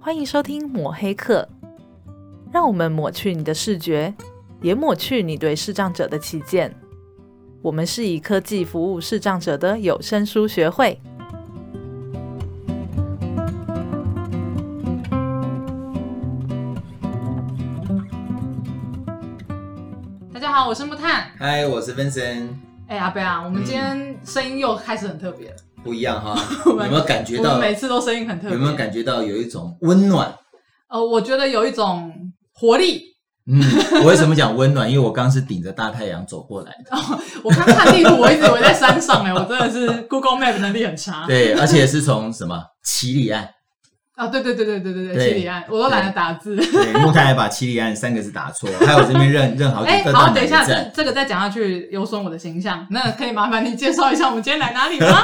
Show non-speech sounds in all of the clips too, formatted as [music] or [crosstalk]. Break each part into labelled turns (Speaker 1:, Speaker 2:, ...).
Speaker 1: 欢迎收听抹黑课，让我们抹去你的视觉，也抹去你对视障者的偏见。我们是以科技服务视障者的有声书学会。
Speaker 2: 大家好，我是木炭。
Speaker 3: 嗨，我是 Vincent，
Speaker 2: 哎、阿贝啊，我们今天声音又开始很特别了，
Speaker 3: 不一样哈
Speaker 2: [laughs] ，我
Speaker 3: 有
Speaker 2: 们
Speaker 3: 没有感觉
Speaker 2: 我们
Speaker 3: 嗯到？
Speaker 2: 每次都声音很特别。
Speaker 3: 有没有感觉到有一种温暖？
Speaker 2: 呃，我觉得有一种活力。 [laughs]
Speaker 3: 嗯，我为什么讲温暖？因为我刚是顶着大太阳走过来的，
Speaker 2: 我刚看地图，我一直以为在山
Speaker 3: [laughs]
Speaker 2: 上哎、我真的是 Google Map 能力很差。
Speaker 3: 对，而且是从什么七里岸，
Speaker 2: 啊，对对对对对对对，
Speaker 3: 对
Speaker 2: 七里岸，我都懒得打字。 [laughs]
Speaker 3: 对，木太还把七里岸三个字打错，还有我这边认认好几
Speaker 2: 哎、
Speaker 3: 个
Speaker 2: 好，
Speaker 3: 到
Speaker 2: 等
Speaker 3: 哪
Speaker 2: 一
Speaker 3: 一
Speaker 2: 下，这
Speaker 3: 站？
Speaker 2: 这个再讲下去有损我的形象。那可以麻烦你介绍一下我们今天来哪里
Speaker 3: [laughs]
Speaker 2: 吗？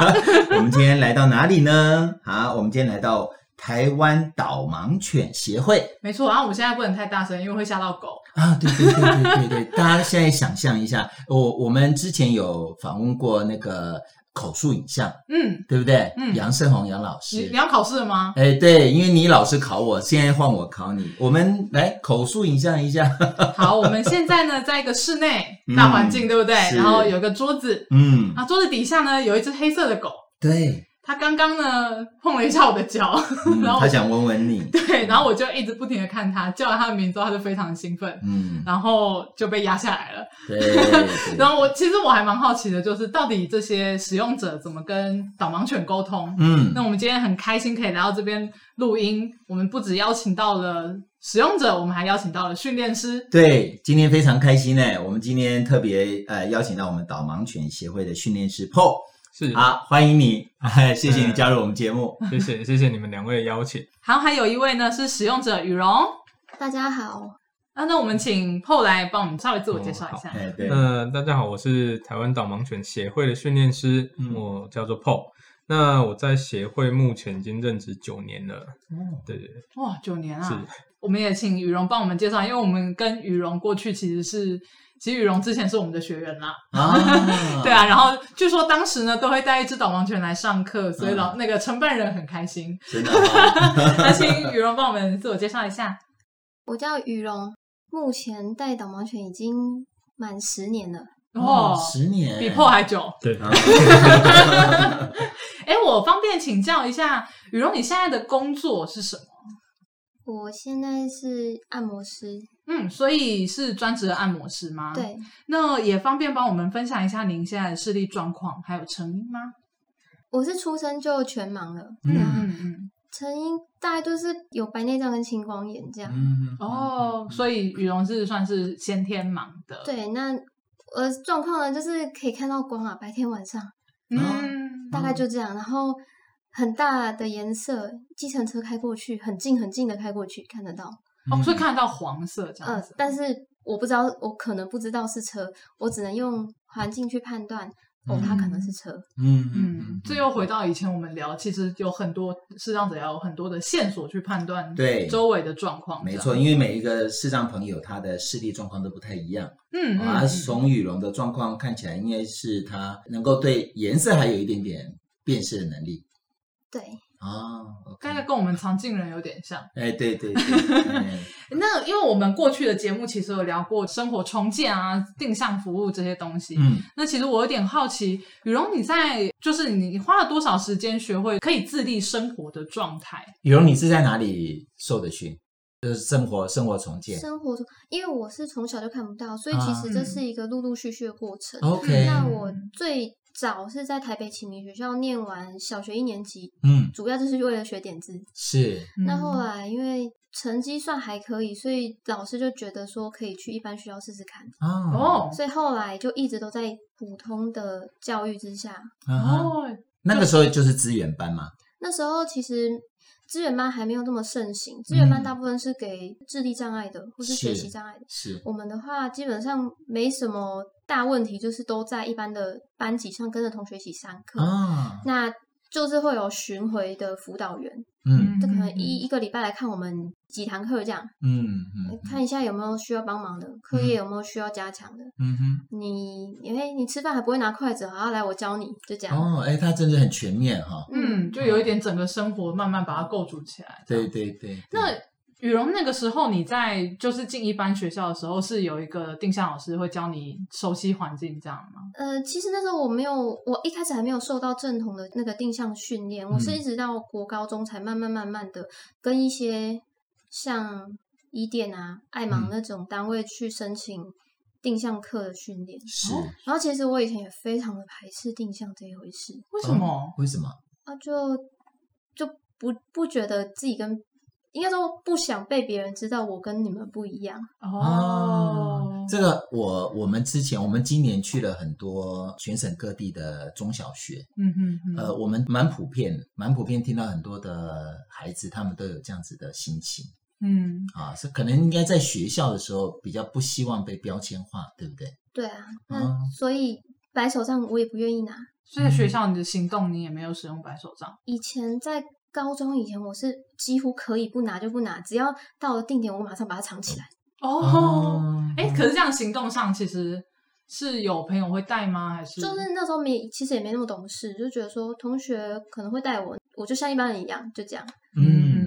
Speaker 3: 我们今天来到哪里呢？啊，我们今天来到台湾导盲犬协会
Speaker 2: 没错，然、啊后我们现在不能太大声，因为会吓到狗。
Speaker 3: 啊，对对对对对对， [laughs] 大家现在想象一下，我我们之前有访问过那个口述影像，
Speaker 2: 嗯，
Speaker 3: 对不对？
Speaker 2: 嗯
Speaker 3: 杨胜宏杨老师，
Speaker 2: 你你要考试了吗？
Speaker 3: 哎，对，因为你老是考我，现在换我考你。我们来口述影像
Speaker 2: [laughs]
Speaker 3: 一下。
Speaker 2: 好，我们现在呢，在一个室内
Speaker 3: 嗯
Speaker 2: 大环境，对不对？
Speaker 3: 是
Speaker 2: 然后有个桌子，
Speaker 3: 嗯，
Speaker 2: 啊，桌子底下呢有一只黑色的狗，
Speaker 3: 对，
Speaker 2: 它刚刚呢碰了一下我的脚， [laughs]
Speaker 3: 嗯
Speaker 2: 然后我
Speaker 3: 他想闻闻你。
Speaker 2: 对，然后我就一直不停的看它，叫了它的名字之后，它就非常兴奋， [laughs]
Speaker 3: 嗯，
Speaker 2: 然后就被压下来了。
Speaker 3: 对。对
Speaker 2: 然后我其实我还蛮好奇的，就是到底这些使用者怎么跟导盲犬沟通？
Speaker 3: 嗯
Speaker 2: 那我们今天很开心可以来到这边录音，我们不只邀请到了使用者，我们还邀请到了训练师。
Speaker 3: 对，今天非常开心呢。我们今天特别呃邀请到我们导盲犬协会的训练师 Paul
Speaker 4: 是，
Speaker 3: 啊，欢迎你，
Speaker 2: 嗯
Speaker 3: 哎，谢谢你加入我们节目。
Speaker 4: 谢谢谢谢你们两位的邀请。
Speaker 2: 然后还有一位呢是使用者雨荣，
Speaker 5: 大家好，
Speaker 2: 啊，那我们请 PO 来帮我们稍微自我介绍一下。
Speaker 3: 哎，对，
Speaker 2: 嗯
Speaker 4: 那呃大家好，我是台湾导盲犬协会的训练师，
Speaker 3: 嗯
Speaker 4: 我叫做 Paul。那我在协会目前已经任职九年了，
Speaker 3: 哦
Speaker 4: 对对对，
Speaker 2: 哇，九年
Speaker 4: 是
Speaker 2: 啊！我们也请雨荣帮我们介绍，因为我们跟雨荣过去其实是，其实雨荣之前是我们的学员啦，
Speaker 3: 啊，
Speaker 2: [laughs] 对啊。然后据说当时呢都会带一只导盲犬来上课，所以老、那个承办人很开心。
Speaker 3: 真的啊，
Speaker 2: 那请雨荣帮我们自我介绍一下。
Speaker 5: 我叫雨荣，目前带导盲犬已经满十年了。
Speaker 3: [laughs]
Speaker 2: 哦，
Speaker 3: 十年，
Speaker 2: 比 PO 还久。 [laughs]
Speaker 4: 对
Speaker 3: 啊
Speaker 2: 哎，我方便请教一下，雨荣你现在的工作是什么？
Speaker 5: 我现在是按摩师，
Speaker 2: 嗯，所以是专职的按摩师吗？。
Speaker 5: 对
Speaker 2: 那也方便帮我们分享一下您现在的视力状况还有成因吗？
Speaker 5: 我是出生就全盲了，
Speaker 3: 嗯
Speaker 2: 嗯嗯。
Speaker 5: 成因大概就是有白内障跟青光眼这样。
Speaker 3: 嗯，
Speaker 2: 哦，所以羽绒是算是先天盲的。，
Speaker 5: 对，那我的状况呢，就是可以看到光啊，白天晚上
Speaker 2: 嗯，
Speaker 5: 大概就这样。然后很大的颜色，计程车开过去，很近很近的开过去看得到。
Speaker 2: 哦，所以看得到黄色这
Speaker 5: 嗯、
Speaker 2: 样子。
Speaker 5: 但是我不知道，我可能不知道是车，我只能用环境去判断，哦，它可能是车。
Speaker 3: 嗯
Speaker 2: 嗯，这又回到以前我们聊，其实有很多视障者要有很多的线索去判断
Speaker 3: 对
Speaker 2: 周围的状况。
Speaker 3: 没错，，因为每一个视障朋友他的视力状况都不太一样。
Speaker 2: 嗯嗯
Speaker 3: 啊，
Speaker 2: 嗯
Speaker 3: 熊羽绒的状况看起来应该是它能够对颜色还有一点点辨识的能力
Speaker 5: 对，
Speaker 3: 啊。OK
Speaker 2: 大概跟我们常进人有点像。
Speaker 3: 哎，对对对，哎
Speaker 2: 那因为我们过去的节目其实有聊过生活重建啊、定向服务这些东西。
Speaker 3: 嗯，
Speaker 2: 那其实我有点好奇，羽绒你在就是你你花了多少时间学会可以自立生活的状态？
Speaker 3: 羽绒你是在哪里受的训？就是生活生活重建。
Speaker 5: 生活中，因为我是从小就看不到，所以其实
Speaker 2: 啊
Speaker 5: 这是一个陆陆续续的过程。
Speaker 3: OK，
Speaker 5: 那我最早是在台北启明学校念完小学一年级，
Speaker 3: 嗯，
Speaker 5: 主要就是为了学点字。
Speaker 3: 是
Speaker 5: 那
Speaker 2: 嗯
Speaker 5: 后来因为成绩算还可以，所以老师就觉得说可以去一般学校试试看，
Speaker 3: 啊，
Speaker 2: 哦
Speaker 5: 所以后来就一直都在普通的教育之下。
Speaker 3: 啊哈，
Speaker 2: 哦，
Speaker 3: 那个时候就是资源班嘛。
Speaker 5: 那时候其实资源班还没有那么盛行，资源班
Speaker 3: 嗯
Speaker 5: 大部分是给智力障碍的或是学习障碍的。
Speaker 3: 是
Speaker 5: 我们的话基本上没什么大问题，就是都在一般的班级上跟着同学一起上课。
Speaker 3: 啊，
Speaker 5: 那就是会有巡回的辅导员，
Speaker 3: 嗯
Speaker 5: 这可能一一个礼拜来看我们几堂课这样，
Speaker 3: 嗯嗯
Speaker 5: 看一下有没有需要帮忙的，课业有没有需要加强的。
Speaker 3: 嗯哼，
Speaker 5: 你因为你吃饭还不会拿筷子，好，啊来我教你，就这样。
Speaker 3: 哦，哎，他真的很全面哈、
Speaker 2: 嗯，就有一点整个生活慢慢把它构筑起来。
Speaker 3: 对对对，对
Speaker 2: 那雨荣那个时候，你在就是进一般学校的时候，是有一个定向老师会教你熟悉环境这样吗？
Speaker 5: 呃，其实那时候我没有，我一开始还没有受到正统的那个定向训练，我是
Speaker 3: 嗯
Speaker 5: 一直到国高中才慢慢慢慢的跟一些像伊甸啊、爱
Speaker 3: 嗯
Speaker 5: 芒那种单位去申请定向课的训练。
Speaker 3: 是、
Speaker 5: 然后其实我以前也非常的排斥定向这一回事
Speaker 2: 为什么？
Speaker 3: 为什么？
Speaker 5: 啊，就就不不觉得自己跟应该说不想被别人知道我跟你们不一样。
Speaker 2: 哦，
Speaker 3: 啊这个我我们之前我们今年去了很多全省各地的中小学，
Speaker 2: 嗯哼哼，
Speaker 3: 呃，我们蛮普遍蛮普遍听到很多的孩子他们都有这样子的心情
Speaker 2: 嗯，
Speaker 3: 啊，是可能应该在学校的时候比较不希望被标签化，对不对？
Speaker 5: 对啊，
Speaker 3: 哦
Speaker 5: 那所以白手杖我也不愿意拿。
Speaker 2: 所以在学校你的行动你也没有使用白手杖，
Speaker 5: 以前在高中以前，我是几乎可以不拿就不拿，只要到了定点，我马上把它藏起来。
Speaker 2: 哦， [laughs] 哎、可是这样行动上其实是有朋友会带吗？还是
Speaker 5: 就是那时候没，其实也没那么懂事，就觉得说同学可能会带我，我就像一般人一样，就这样。
Speaker 3: 嗯
Speaker 4: 嗯
Speaker 2: 嗯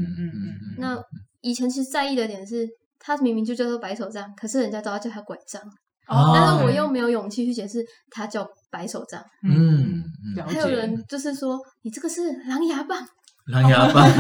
Speaker 5: 那以前其实在意的点是，他明明就叫做白手杖，可是人家都要叫他拐杖，
Speaker 3: 哦
Speaker 5: 但是我又没有勇气去解释他叫白手杖。
Speaker 3: 嗯嗯
Speaker 2: 了解
Speaker 5: 还有人就是说你这个是狼牙棒， [laughs]
Speaker 3: 狼
Speaker 2: [laughs]
Speaker 3: 牙棒，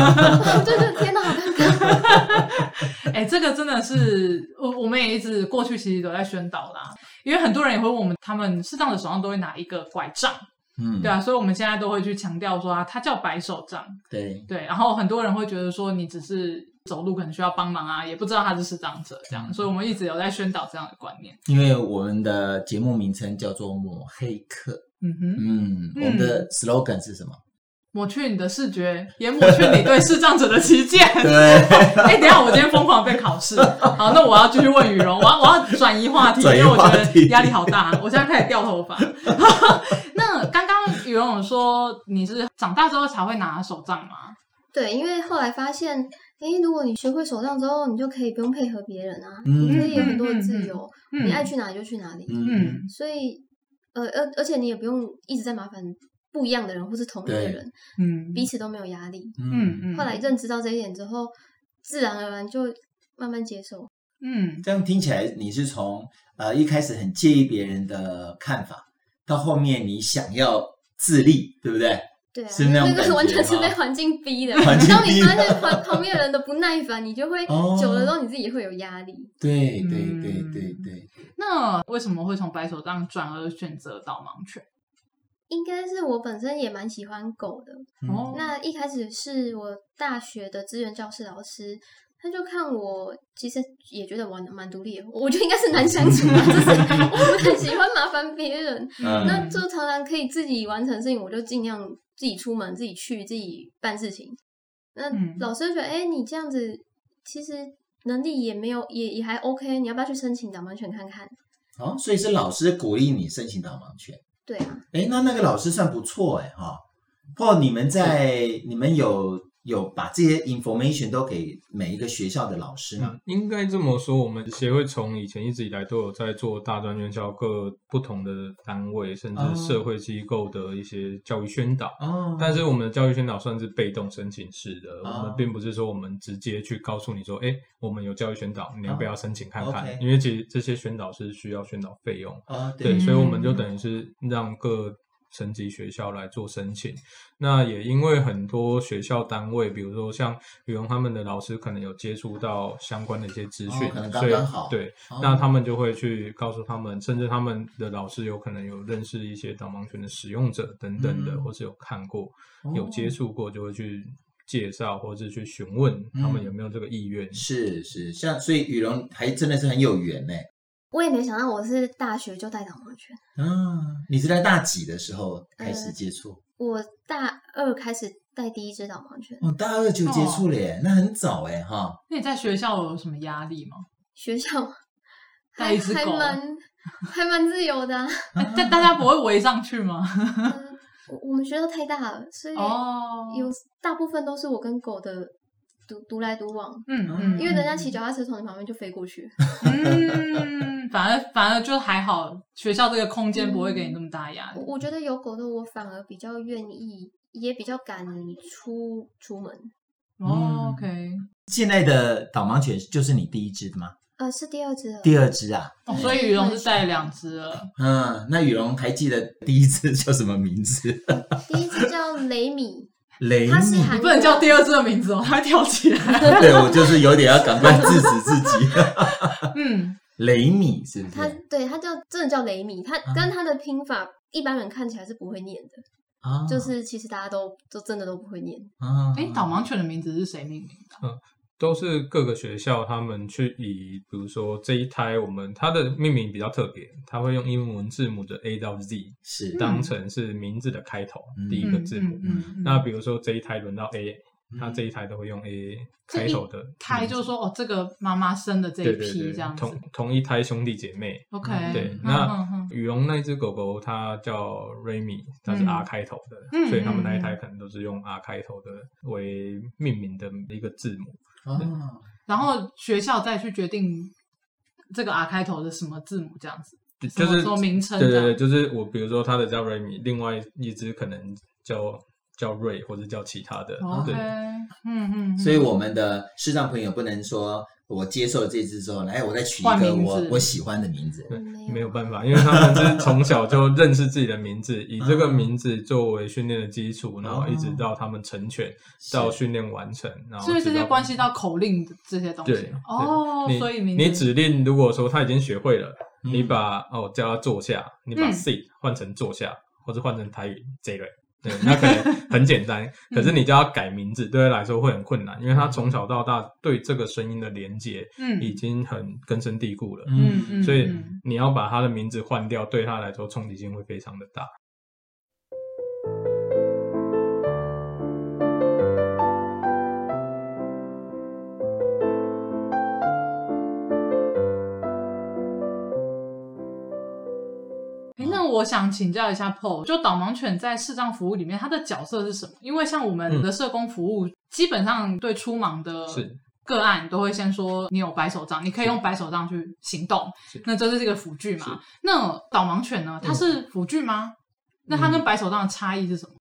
Speaker 5: 对对，天哪， [laughs] 好尴尬。
Speaker 2: 哎、这个真的是我我们也一直过去其实都在宣导啦，因为很多人也会问我们，他们视障者手上都会拿一个拐杖，
Speaker 3: 嗯，
Speaker 2: 对啊，所以我们现在都会去强调说啊，它叫白手杖，
Speaker 3: 对
Speaker 2: 对，然后很多人会觉得说你只是走路可能需要帮忙啊，也不知道他是视障者这样，所以我们一直有在宣导这样的观念。
Speaker 3: 因为我们的节目名称叫做抹黑客，
Speaker 2: 嗯哼，
Speaker 3: 嗯，我们的 slogan 是什么？ [laughs]
Speaker 2: 抹去你的视觉，也抹去你对视障者的旗舰。
Speaker 3: 对，
Speaker 2: [laughs] 哎、等一下，我今天疯狂被考试。好，那我要继续问羽绒，我要我要转移话题，因
Speaker 3: 转移
Speaker 2: 为我觉
Speaker 3: 话
Speaker 2: 得
Speaker 3: 题
Speaker 2: 压力好大，我现在开始掉头发。 [laughs] 那刚刚羽绒有说你是长大之后才会拿手杖吗？
Speaker 5: 对，因为后来发现，诶，如果你学会手杖之后，你就可以不用配合别人啊，
Speaker 3: 嗯
Speaker 5: 你可以有很多的自由，
Speaker 2: 嗯
Speaker 5: 你爱去哪里就去哪里。
Speaker 3: 嗯
Speaker 2: 嗯
Speaker 5: 所以，呃，而而且你也不用一直在麻烦不一样的人或是同一个
Speaker 3: 对
Speaker 5: 人，
Speaker 2: 嗯
Speaker 5: 彼此都没有压力。
Speaker 2: 嗯嗯，
Speaker 5: 后来认知到这一点之后，自然而然就慢慢接受。
Speaker 2: 嗯
Speaker 3: 这样听起来，你是从呃一开始很介意别人的看法，到后面你想要自立，对不对？
Speaker 5: 对啊，
Speaker 3: 是那
Speaker 5: 那
Speaker 3: 种感
Speaker 5: 个完
Speaker 3: 觉
Speaker 5: 全是
Speaker 3: 哈
Speaker 5: 被环境逼的。
Speaker 3: [laughs] 环境
Speaker 5: 当你
Speaker 3: 逼
Speaker 5: 发
Speaker 3: 的
Speaker 5: 现
Speaker 3: [laughs]
Speaker 5: 旁旁边人的不耐烦，你就会
Speaker 3: 哦
Speaker 5: 久了之后你自己也会有压力。
Speaker 3: 对
Speaker 2: 嗯
Speaker 3: 对对对对，
Speaker 2: 那为什么会从白手杖转而选择导盲犬？
Speaker 5: 应该是我本身也蛮喜欢狗的，
Speaker 3: 嗯
Speaker 2: 哦
Speaker 5: 那一开始是我大学的资源教室老师，他就看我其实也觉得我蛮独立的，我觉得应该是难相处吧，就是 [laughs] 我不太喜欢麻烦别人，
Speaker 3: 嗯
Speaker 5: 那就常常可以自己完成事情，我就尽量自己出门、自己去、自己办事情。那
Speaker 2: 嗯
Speaker 5: 老师就觉得，哎、你这样子其实能力也没有，也也还 OK，你要不要去申请导盲犬看看？
Speaker 3: 哦，所以是老师鼓励你申请导盲犬。
Speaker 5: 对啊，
Speaker 3: 诶，那那个老师算不错诶，哈、或你们在你们有有把这些 information 都给每一个学校的老师吗？
Speaker 4: 应该这么说，我们协会从以前一直以来都有在做大专院校各不同的单位，甚
Speaker 3: 哦
Speaker 4: 至社会机构的一些教育宣导。
Speaker 3: 哦
Speaker 4: 但是我们的教育宣导算是被动申请式的，
Speaker 3: 哦
Speaker 4: 我们并不是说我们直接去告诉你说，哎、我们有教育宣导，你要不要申请看
Speaker 3: 哦
Speaker 4: 看？
Speaker 3: ，OK
Speaker 4: 因为其实这些宣导是需要宣导费用，
Speaker 3: 哦，
Speaker 4: 对，
Speaker 3: 对，
Speaker 4: 所以我们就等于是让各省级学校来做申请。那也因为很多学校单位，比如说像语文他们的老师，可能有接触到相关的一些资讯，
Speaker 3: 哦可能刚
Speaker 4: 所以
Speaker 3: 刚好
Speaker 4: 对，
Speaker 3: 哦
Speaker 4: 那他们就会去告诉他们，甚至他们的老师有可能有认识一些导盲犬的使用者等等的，
Speaker 3: 嗯
Speaker 4: 或是有看过、有
Speaker 6: 哦
Speaker 4: 接
Speaker 3: 哦
Speaker 4: 触过，就会去介绍或是去询问
Speaker 6: 嗯
Speaker 4: 他们有没有这个意愿。
Speaker 3: 是是，像所以羽绒还真的是很有缘呢。
Speaker 5: 我也没想到我是大学就带导盲犬，
Speaker 3: 啊，你是在大几的时候开
Speaker 5: 呃
Speaker 3: 始接触？
Speaker 5: 我大二开始带第一只导盲犬。
Speaker 3: 哦，大二就接触了耶，那很早哎哈。
Speaker 2: 那你在学校有什么压力吗？[laughs]
Speaker 5: 学校
Speaker 2: 带
Speaker 5: 还
Speaker 2: 一只
Speaker 5: 还
Speaker 2: 狗 [laughs]
Speaker 5: 蛮还蛮自由的啊、
Speaker 2: 哎但大家不会围上去吗？
Speaker 5: 嗯我我们学校太大了，所以
Speaker 2: 哦，
Speaker 5: 有大部分都是我跟狗的独独来独往，
Speaker 2: 嗯嗯，
Speaker 5: 因为人家骑脚踏车从你旁边就飞过去，
Speaker 2: 嗯， [laughs] 反而反而就还好，学校这个空间不会给你那么大压力。
Speaker 5: 我我觉得有狗的我反而比较愿意，也比较敢出出门。
Speaker 2: 哦 OK，
Speaker 6: 现在的导盲犬就是你第一只的吗？
Speaker 5: 呃，是第二只了，
Speaker 6: 第二只啊，
Speaker 2: 哦所以羽绒是带两只了。
Speaker 6: 嗯，那羽绒还记得第一只叫什么名字？
Speaker 5: 第一只叫雷
Speaker 2: [laughs]
Speaker 5: 米，
Speaker 6: 雷
Speaker 5: 它是
Speaker 6: 米。
Speaker 5: 韩
Speaker 2: 不能叫第二只的名字哦，它会跳起来。
Speaker 6: 对我就是有点要赶快制止自己。
Speaker 2: [laughs] 嗯，
Speaker 6: [laughs] 雷米是不
Speaker 5: 它
Speaker 6: 是？
Speaker 5: 对它叫真的叫雷米，它
Speaker 6: 啊
Speaker 5: 跟它的拼法一般人看起来是不会念的，
Speaker 6: 啊
Speaker 5: 就是其实大家都都真的都不会念。
Speaker 6: 啊，
Speaker 2: 哎，导盲犬的名字是谁命名的？
Speaker 4: 都是各个学校他们去以，比如说这一胎我们它的命名比较特别，它会用英文字母的 A 到 Z
Speaker 6: 是
Speaker 4: 当成是名字的开头、
Speaker 6: 嗯
Speaker 4: 第一个字母。
Speaker 2: 嗯嗯嗯
Speaker 4: 那比如说这一胎轮到 A，它
Speaker 6: 嗯
Speaker 4: 这一胎都会用 A
Speaker 2: 这
Speaker 4: 开
Speaker 2: 一
Speaker 4: 头的名字，
Speaker 2: 胎就是说哦，这个妈妈生的这一
Speaker 4: 对对对
Speaker 2: 批这样子
Speaker 4: 同。同一胎兄弟姐妹。
Speaker 2: OK，
Speaker 4: 对
Speaker 2: 嗯，
Speaker 4: 那
Speaker 2: 嗯嗯
Speaker 4: 羽绒那只狗狗它叫 Remy，它是
Speaker 2: 嗯
Speaker 4: R 开头的，
Speaker 2: 嗯
Speaker 4: 所以他们那一胎
Speaker 2: 嗯
Speaker 4: 可能都是用 R 开头的为命名的一个字母。
Speaker 6: 哦，
Speaker 4: 嗯
Speaker 2: 然后学校再去决定这个 R 开头的什么字母这样子。
Speaker 4: 就
Speaker 2: 什么
Speaker 4: 就是
Speaker 2: 说名称
Speaker 4: 对
Speaker 2: 这
Speaker 4: 对
Speaker 2: 样
Speaker 4: 对，就是我比如说它的叫 Remy，另外一只可能叫叫瑞或者叫其他的，
Speaker 2: OK，
Speaker 4: 对，
Speaker 2: 嗯嗯，嗯
Speaker 6: 所以我们的视障朋友不能说我接受了这只之后，哎来我再取一
Speaker 2: 换
Speaker 6: 个
Speaker 2: 名字
Speaker 6: 我我喜欢的名字。
Speaker 4: 对
Speaker 5: 嗯没有
Speaker 4: 没有办法，因为他们是从小就认识自己的名字，以这个名字作为训练的基础，然后一
Speaker 2: 哦
Speaker 4: 直到他们成犬到
Speaker 6: 是
Speaker 4: 训练完成，然后
Speaker 2: 所以这
Speaker 4: 直
Speaker 2: 些
Speaker 4: 到
Speaker 2: 关系到口令的这些东
Speaker 4: 对
Speaker 2: 西
Speaker 4: 对
Speaker 2: 哦，
Speaker 4: 你
Speaker 2: 所以名字
Speaker 4: 你指令如果说他已经学会了，
Speaker 6: 嗯
Speaker 4: 你把哦叫他坐下，你把
Speaker 2: 嗯
Speaker 4: sit 换成坐下，或者换成台语 z 类。对，那可能
Speaker 2: [laughs]
Speaker 4: 很简
Speaker 2: 嗯
Speaker 4: 单，可是你叫他改名字，对他来说会很困难，因为他从小到大对这个声音的连接
Speaker 2: 嗯
Speaker 4: 已经很根深蒂固了，
Speaker 2: 嗯嗯，
Speaker 4: 所以
Speaker 2: 嗯
Speaker 4: 你要把他的名字换掉，对他来说冲击性会非常的大。
Speaker 2: 诶那我想请教一下 Paul，就导盲犬在视障服务里面，它的角色是什么？因为像我们
Speaker 4: 嗯
Speaker 2: 的社工服务，基本上对出盲的
Speaker 4: 是
Speaker 2: 个案都会先说你有白手杖，你可以用白手杖去行动
Speaker 4: 是，嗯
Speaker 2: 那这是一个辅具嘛？那导盲犬呢？它是辅具吗？那它跟白手杖的差异是什么？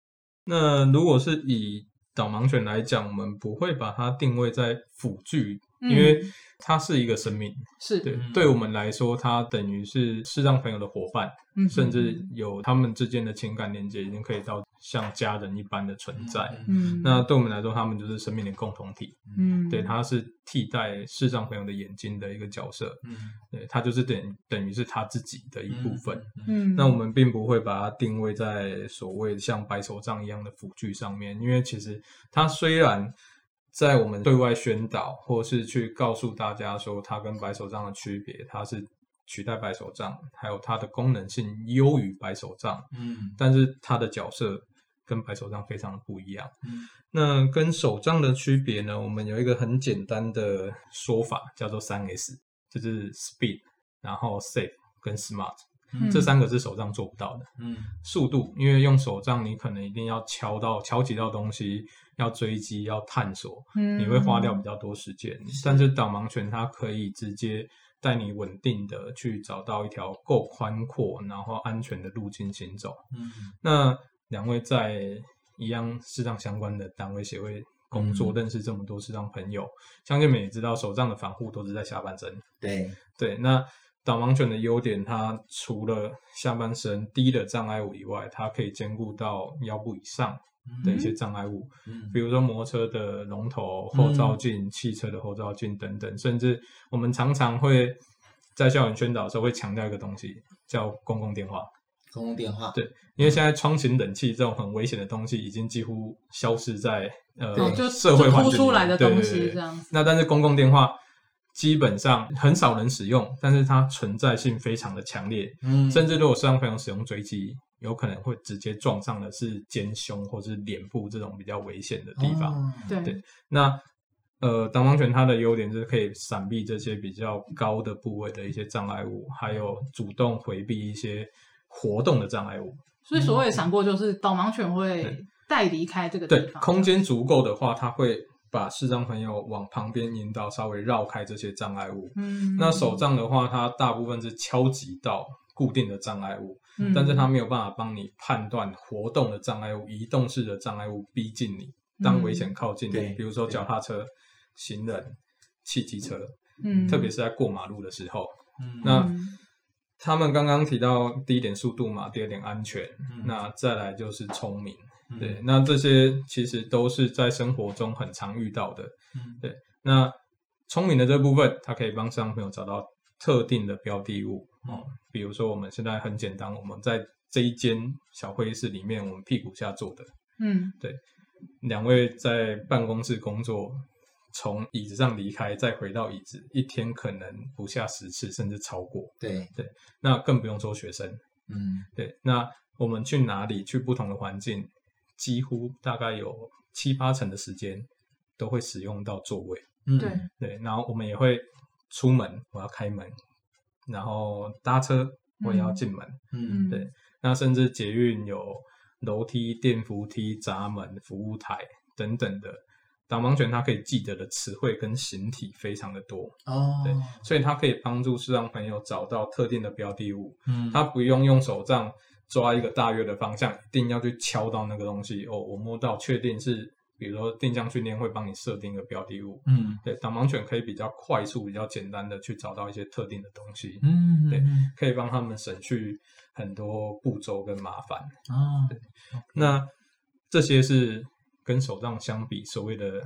Speaker 4: 那如果是以导盲犬来讲，我们不会把它定位在辅具，
Speaker 2: 嗯
Speaker 4: 因为它是一个生命，
Speaker 2: 是
Speaker 4: 对
Speaker 6: 嗯，
Speaker 4: 对我们来说，它等于是视障朋友的伙伴，
Speaker 2: 嗯
Speaker 4: 甚至有他们之间的情感连接，已经可以到像家人一般的存在。
Speaker 2: 嗯，
Speaker 4: 那对我们来说，他们就是生命的共同体，
Speaker 2: 嗯，
Speaker 4: 对，它是替代视障朋友的眼睛的一个角色，
Speaker 6: 嗯
Speaker 4: 对，它就是等等于是他自己的一部分。
Speaker 2: 嗯，
Speaker 4: 那我们并不会把它定位在所谓像白手杖一样的辅具上面，因为其实它虽然在我们对外宣导或是去告诉大家说它跟白手杖的区别，它是取代白手杖，还有它的功能性优于白手杖，
Speaker 6: 嗯
Speaker 4: 但是它的角色跟白手杖非常的不一样。
Speaker 6: 嗯
Speaker 4: 那跟手杖的区别呢，我们有一个很简单的说法，叫做三 S，就是 Speed，然后 Safe 跟 Smart。
Speaker 2: 嗯
Speaker 4: 这三个是手杖做不到的。
Speaker 6: 嗯
Speaker 4: 速度，因为用手杖你可能一定要敲到敲击到东西，要追击，要探索，
Speaker 2: 嗯
Speaker 4: 你会花掉比较多时间。但是导盲犬它可以直接带你稳定的去找到一条够宽阔然后安全的路径行走。
Speaker 6: 嗯
Speaker 4: 那两位在一样适当相关的单位协会。工
Speaker 6: 嗯
Speaker 4: 作认识这么多视障朋友，相信你们也知道，手杖的防护都是在下半身，
Speaker 6: 对，
Speaker 4: 对，那导盲犬的优点，它除了下半身低的障碍物以外，它可以兼顾到腰部以上的一些障碍物，
Speaker 6: 嗯
Speaker 4: 比如说摩托车的龙头、后
Speaker 2: 嗯
Speaker 4: 照镜、汽车的后照镜等等，甚至我们常常会在校园宣导的时候会强调一个东西，叫公共电话。
Speaker 6: 公共电话
Speaker 4: 对
Speaker 2: 嗯
Speaker 4: 因为现在窗型冷气这种很危险的东西，已经几乎消失在呃
Speaker 2: 哦就
Speaker 4: 社会环
Speaker 2: 就凸
Speaker 4: 境里
Speaker 2: 出来的
Speaker 4: 对
Speaker 2: 东
Speaker 4: 对对
Speaker 2: 西
Speaker 4: 对
Speaker 2: 这样子，
Speaker 4: 那但是公共电话基本上很少人使用，但是它存在性非常的强烈，
Speaker 6: 嗯
Speaker 4: 甚至如果视障朋友使用追击，有可能会直接撞上的是肩胸或是脸部这种比较危险的地方。
Speaker 6: 哦
Speaker 2: 对
Speaker 4: 对，那呃，导盲犬它的优点就是可以闪避这些比较高的部位的一些障碍物，还有主动回避一些活动的障碍物。
Speaker 2: 所以所谓的闪过就是导盲犬会
Speaker 4: 对
Speaker 2: 带离开这个地
Speaker 4: 对，
Speaker 2: 方，
Speaker 4: 空间足够的话，它会把视障朋友往旁边引导，稍微绕开这些障碍物。
Speaker 2: 嗯，
Speaker 4: 那手杖的话，它大部分是敲击到固定的障碍物，
Speaker 2: 嗯，
Speaker 4: 但是它没有办法帮你判断活动的障碍物、移动式的障碍物逼近你，当
Speaker 2: 嗯
Speaker 4: 危险靠近你，
Speaker 6: 对
Speaker 4: 比如说
Speaker 6: 对
Speaker 4: 脚踏车、行人、汽机车，
Speaker 2: 嗯，
Speaker 4: 特别是在过马路的时候。
Speaker 6: 嗯
Speaker 4: 那他们刚刚提到第一点速度嘛，第二点安全，
Speaker 6: 嗯
Speaker 4: 那再来就是聪明。
Speaker 6: 嗯
Speaker 4: 对，那这些其实都是在生活中很常遇到的。
Speaker 6: 嗯
Speaker 4: 那聪明的这部分，它可以帮视障朋友找到特定的标的物哦，比如说我们现在很简单，我们在这一间小会议室里面，我们屁股下坐的
Speaker 2: 嗯，
Speaker 4: 两位在办公室工作，从椅子上离开，再回到椅子，一天可能不下十次，甚至超过。
Speaker 6: 对，
Speaker 4: 那更不用说学生。
Speaker 6: 嗯
Speaker 4: 对，那我们去哪里，去不同的环境，几乎大概有七八成的时间都会使用到座位。
Speaker 6: 嗯
Speaker 2: 对，
Speaker 4: 对，然后我们也会出门，我要开门，然后搭车我也要进门。
Speaker 6: 嗯
Speaker 2: 嗯，
Speaker 4: 对那甚至捷运有楼梯、电扶梯、闸门、服务台等等的。导盲犬它可以记得的词汇跟形体非常的多，
Speaker 6: 哦，
Speaker 4: 对所以它可以帮助视障朋友找到特定的标的物，
Speaker 6: 嗯
Speaker 4: 他不用用手杖抓一个大约的方向，一定要去敲到那个东西。哦，我摸到，确定是，比如说定向训练会帮你设定一个标的物。
Speaker 6: 嗯
Speaker 4: 对，导盲犬可以比较快速、比较简单的去找到一些特定的东西，
Speaker 6: 嗯
Speaker 4: 对
Speaker 6: 嗯
Speaker 4: 可以帮他们省去很多步骤跟麻烦。
Speaker 6: 哦，
Speaker 4: 那这些是跟手杖相比，所谓的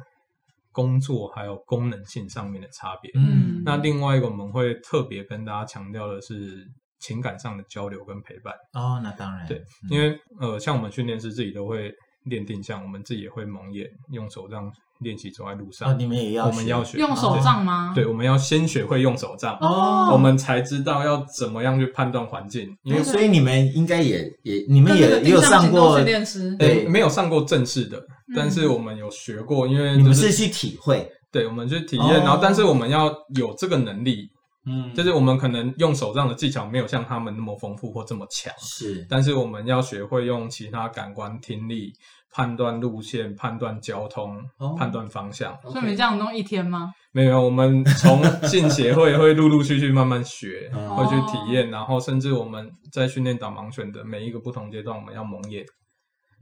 Speaker 4: 工作还有功能性上面的差别。
Speaker 2: 嗯，
Speaker 4: 那另外一个我们会特别跟大家强调的是情感上的交流跟陪伴。
Speaker 6: 哦，那当然，
Speaker 4: 对
Speaker 6: 嗯，
Speaker 4: 因为呃，像我们训练师自己都会练定向，我们自己也会蒙眼，用手杖练习走在路上。
Speaker 6: 哦，你们也要
Speaker 4: 我们要
Speaker 6: 学
Speaker 4: 学
Speaker 2: 用手杖吗？
Speaker 4: 对，对，我们要先学会用手杖，
Speaker 6: 哦，
Speaker 4: 我们才知道要怎么样去判断环境。因为
Speaker 6: 对所以你们应该也也你们
Speaker 2: 跟那个
Speaker 6: 也也有
Speaker 2: 定向
Speaker 6: 上
Speaker 2: 行动
Speaker 6: 过
Speaker 2: 训，练师，
Speaker 6: 对
Speaker 4: 呃没有上过正式的，但
Speaker 2: 嗯
Speaker 4: 是我们有学过，因为
Speaker 6: 你
Speaker 4: 就
Speaker 6: 们
Speaker 4: 是
Speaker 6: 是去体会，
Speaker 4: 对，我们去体
Speaker 6: 哦
Speaker 4: 验，然后但是我们要有这个能力，
Speaker 6: 嗯
Speaker 4: 就是我们可能用手杖的技巧没有像他们那么丰富或这么强。
Speaker 6: 是
Speaker 4: 但是我们要学会用其他感官、听力判断路线、判断交通、
Speaker 6: 哦
Speaker 4: 判断方向。
Speaker 2: 所以你们这样弄一天吗？
Speaker 4: 没有，我们从进协会会陆陆续续慢慢学，
Speaker 6: 嗯
Speaker 4: 会去体验，然后甚至我们在训练导盲犬的每一个不同阶段，我们要蒙眼。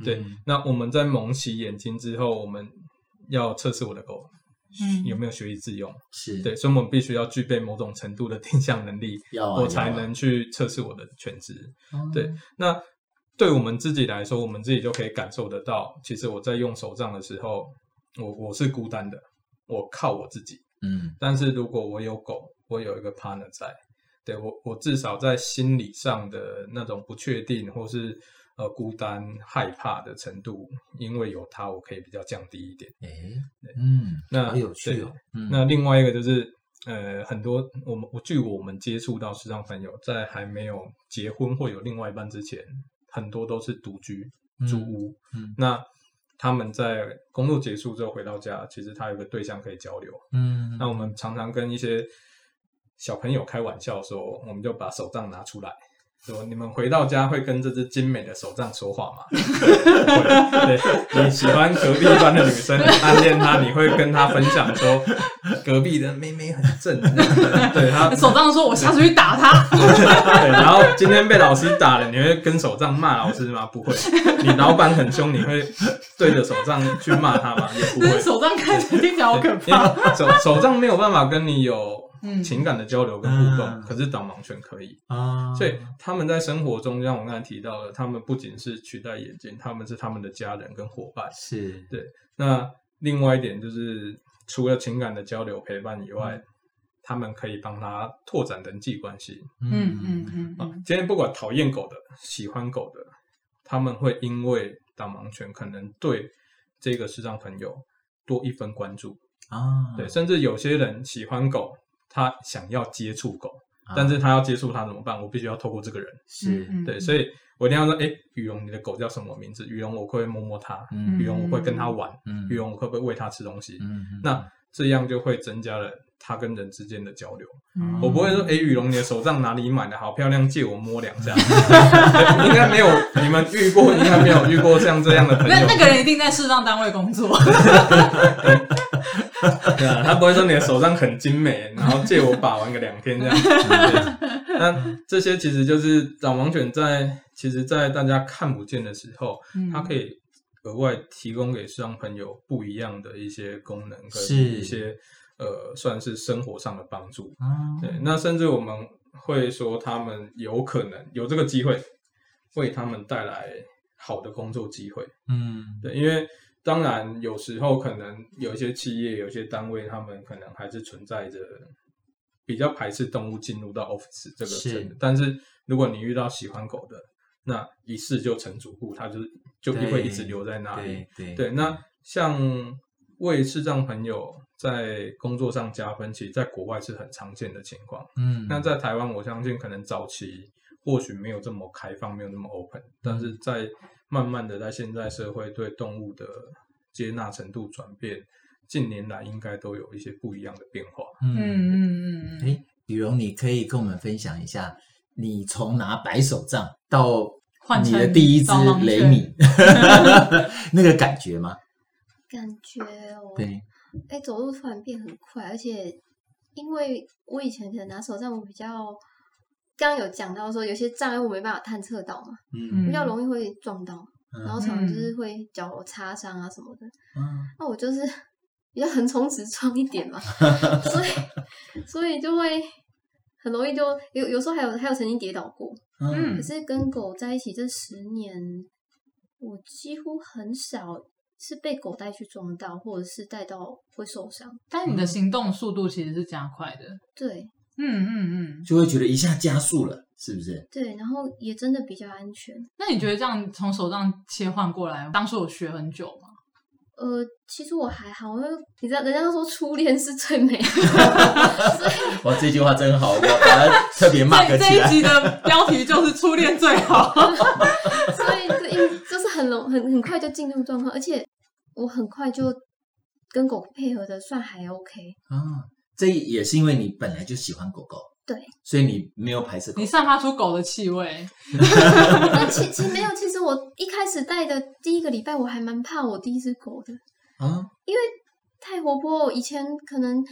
Speaker 4: 对，
Speaker 6: 嗯
Speaker 4: 那我们在蒙起眼睛之后，我们要测试我的狗。
Speaker 2: 嗯
Speaker 4: 有没有学以致用？
Speaker 6: 是，
Speaker 4: 对，所以我们必须要具备某种程度的定向能力，
Speaker 6: 要
Speaker 3: 哦
Speaker 6: 啊，
Speaker 4: 我才
Speaker 6: 要啊
Speaker 4: 能去测试我的犬只。
Speaker 6: 哦
Speaker 4: 对那对我们自己来说，我们自己就可以感受得到，其实我在用手杖的时候，我我是孤单的，我靠我自己。
Speaker 6: 嗯
Speaker 4: 但是如果我有狗，我有一个 partner 在，对我我至少在心理上的那种不确定或是呃孤单害怕的程度，因为有它，我可以比较降低一点。
Speaker 6: 哎嗯，
Speaker 4: 那
Speaker 6: 好有趣哦，嗯
Speaker 4: 那另外一个就是，呃，很多我们我据我们接触到视障朋友，在还没有结婚或有另外一半之前，很多都是独居
Speaker 6: 嗯
Speaker 4: 租屋。
Speaker 6: 嗯
Speaker 4: 那他们在工作结束之后回到家，其实他有个对象可以交流。
Speaker 6: 嗯
Speaker 4: 那我们常常跟一些小朋友开玩笑说，我们就把手杖拿出来。说你们回到家会跟这只精美的手杖说话吗？ [laughs] 对对，你喜欢隔壁班的女生，你暗恋她，你会跟她分享说隔壁的妹妹很正， [laughs] 对她，
Speaker 2: 手杖说：“我下次去打他。
Speaker 4: 对，然后今天被老师打了，你会跟手杖骂老师吗？不会。你老板很凶，你会对着手杖去骂他吗？也”不
Speaker 2: 但是
Speaker 4: 会。
Speaker 2: 手杖看起来听起来好可
Speaker 4: 因
Speaker 2: 怕。
Speaker 4: 为手手杖没有办法跟你有
Speaker 2: 嗯
Speaker 4: 情感的交流跟互动，
Speaker 6: 嗯
Speaker 4: 可是导盲犬可以。
Speaker 6: 啊，
Speaker 3: 嗯
Speaker 4: 所以他们在生活中，像我刚才提到的，他们不仅是取代眼镜，他们是他们的家人跟伙伴。
Speaker 6: 是
Speaker 4: 那另外一点就是，除了情感的交流陪伴以外，他们可以帮他拓展人际关系。啊
Speaker 2: 嗯嗯嗯嗯，
Speaker 4: 今天不管讨厌狗的、喜欢狗的，他们会因为导盲犬可能对这个视障朋友多一分关注，
Speaker 6: 啊，
Speaker 4: 对，甚至有些人喜欢狗，他想要接触狗，
Speaker 6: 啊
Speaker 4: 但是他要接触它怎么办？我必须要透过这个人，
Speaker 6: 是
Speaker 2: 嗯
Speaker 4: 对，所以我一定要说，哎，雨龙，你的狗叫什么名字？雨龙，我会摸摸它，
Speaker 6: 嗯
Speaker 4: 雨龙，我会跟它玩，
Speaker 6: 嗯
Speaker 4: 雨龙，我会不会喂它吃东西？
Speaker 6: 嗯嗯
Speaker 4: 那这样就会增加了他跟人之间的交流。
Speaker 2: 嗯
Speaker 4: 我不会说，哎、雨龙，你的手杖哪里买的？好漂亮，借我摸两
Speaker 2: [laughs]
Speaker 4: 下。应该没有，你们遇过，应该没有遇过像这样的朋友
Speaker 2: 那。那个人一定在适当单位工作，
Speaker 4: 对啊，他不会说你的手杖很精美，然后借我把玩个两天这样。对那这些其实就是导盲犬在，其实，在大家看不见的时候，
Speaker 2: 嗯
Speaker 4: 它可以额外提供给视障朋友不一样的一些功能
Speaker 6: 是
Speaker 4: 跟一些呃，算是生活上的帮助。
Speaker 6: 啊
Speaker 4: 对，那甚至我们会说，他们有可能有这个机会，为他们带来好的工作机会。
Speaker 6: 嗯，
Speaker 4: 对，因为当然有时候可能有一些企业、有一些单位，他们可能还是存在着比较排斥动物进入到 office 这个
Speaker 6: 是
Speaker 4: 真的。但是如果你遇到喜欢狗的，那一试就成主顾，他就是就
Speaker 6: 对
Speaker 4: 会一直留在那里。
Speaker 6: 对
Speaker 4: 对，那像为视障朋友在工作上加分，其实在国外是很常见的情况。
Speaker 6: 嗯
Speaker 4: 那在台湾，我相信可能早期或许没有这么开放，没有那么 open，但是在慢慢的在现在社会对动物的接纳程度转变，近年来应该都有一些不一样的变化。
Speaker 6: 嗯，
Speaker 2: 嗯嗯
Speaker 6: 哎，雨荣，你可以跟我们分享一下，你从拿白手杖到
Speaker 2: 换
Speaker 6: 你
Speaker 2: 成
Speaker 6: 的第一只
Speaker 2: 导盲犬
Speaker 6: 雷米， [laughs] 那个感觉吗？
Speaker 5: 感觉我
Speaker 6: 对，
Speaker 5: 哎、走路突然变很快，而且因为我以前可能拿手杖，我比较刚刚有讲到说有些障碍物没办法探测到嘛，
Speaker 6: 嗯
Speaker 5: 比较容易会撞到，然后
Speaker 6: 嗯
Speaker 5: 常常就是会脚擦伤啊什么的。
Speaker 6: 嗯
Speaker 5: 那我就是 [laughs] 比较横冲直撞一点嘛，所以 [laughs] 所以就会很容易就有有时候还有还有曾经跌倒过，
Speaker 2: 嗯
Speaker 5: 可是跟狗在一起这十年，我几乎很少是被狗带去撞到，或者是带到会受伤。
Speaker 2: 但你的行动速度其实是加快的。
Speaker 5: 对
Speaker 2: 嗯嗯嗯，
Speaker 6: 就会觉得一下加速了，是不是？
Speaker 5: 对，然后也真的比较安全。
Speaker 2: 那你觉得这样从手杖切换过来，当初有学很久吗？
Speaker 5: 呃，其实我还好，因为你知道，人家都说初恋是最美的，所以
Speaker 6: 哇，这句话真好，我 [laughs] 把它特别 mark
Speaker 2: 这这
Speaker 6: 起
Speaker 2: 一
Speaker 6: 来。
Speaker 2: 集的标题就是“初恋最好
Speaker 5: [laughs]
Speaker 2: [laughs]
Speaker 5: 所以就因就是很容很很快就进入状况，而且我很快就跟狗配合的算还 OK。
Speaker 6: 啊，这也是因为你本来就喜欢狗狗，
Speaker 5: 对，
Speaker 6: 所以你没有排斥”，狗
Speaker 2: 你。散发出狗的气味。
Speaker 5: 但其其实没有，其实我一开始带的第一个礼拜，我还蛮怕我第一只狗的，
Speaker 6: 啊，
Speaker 5: 太活泼。以前可能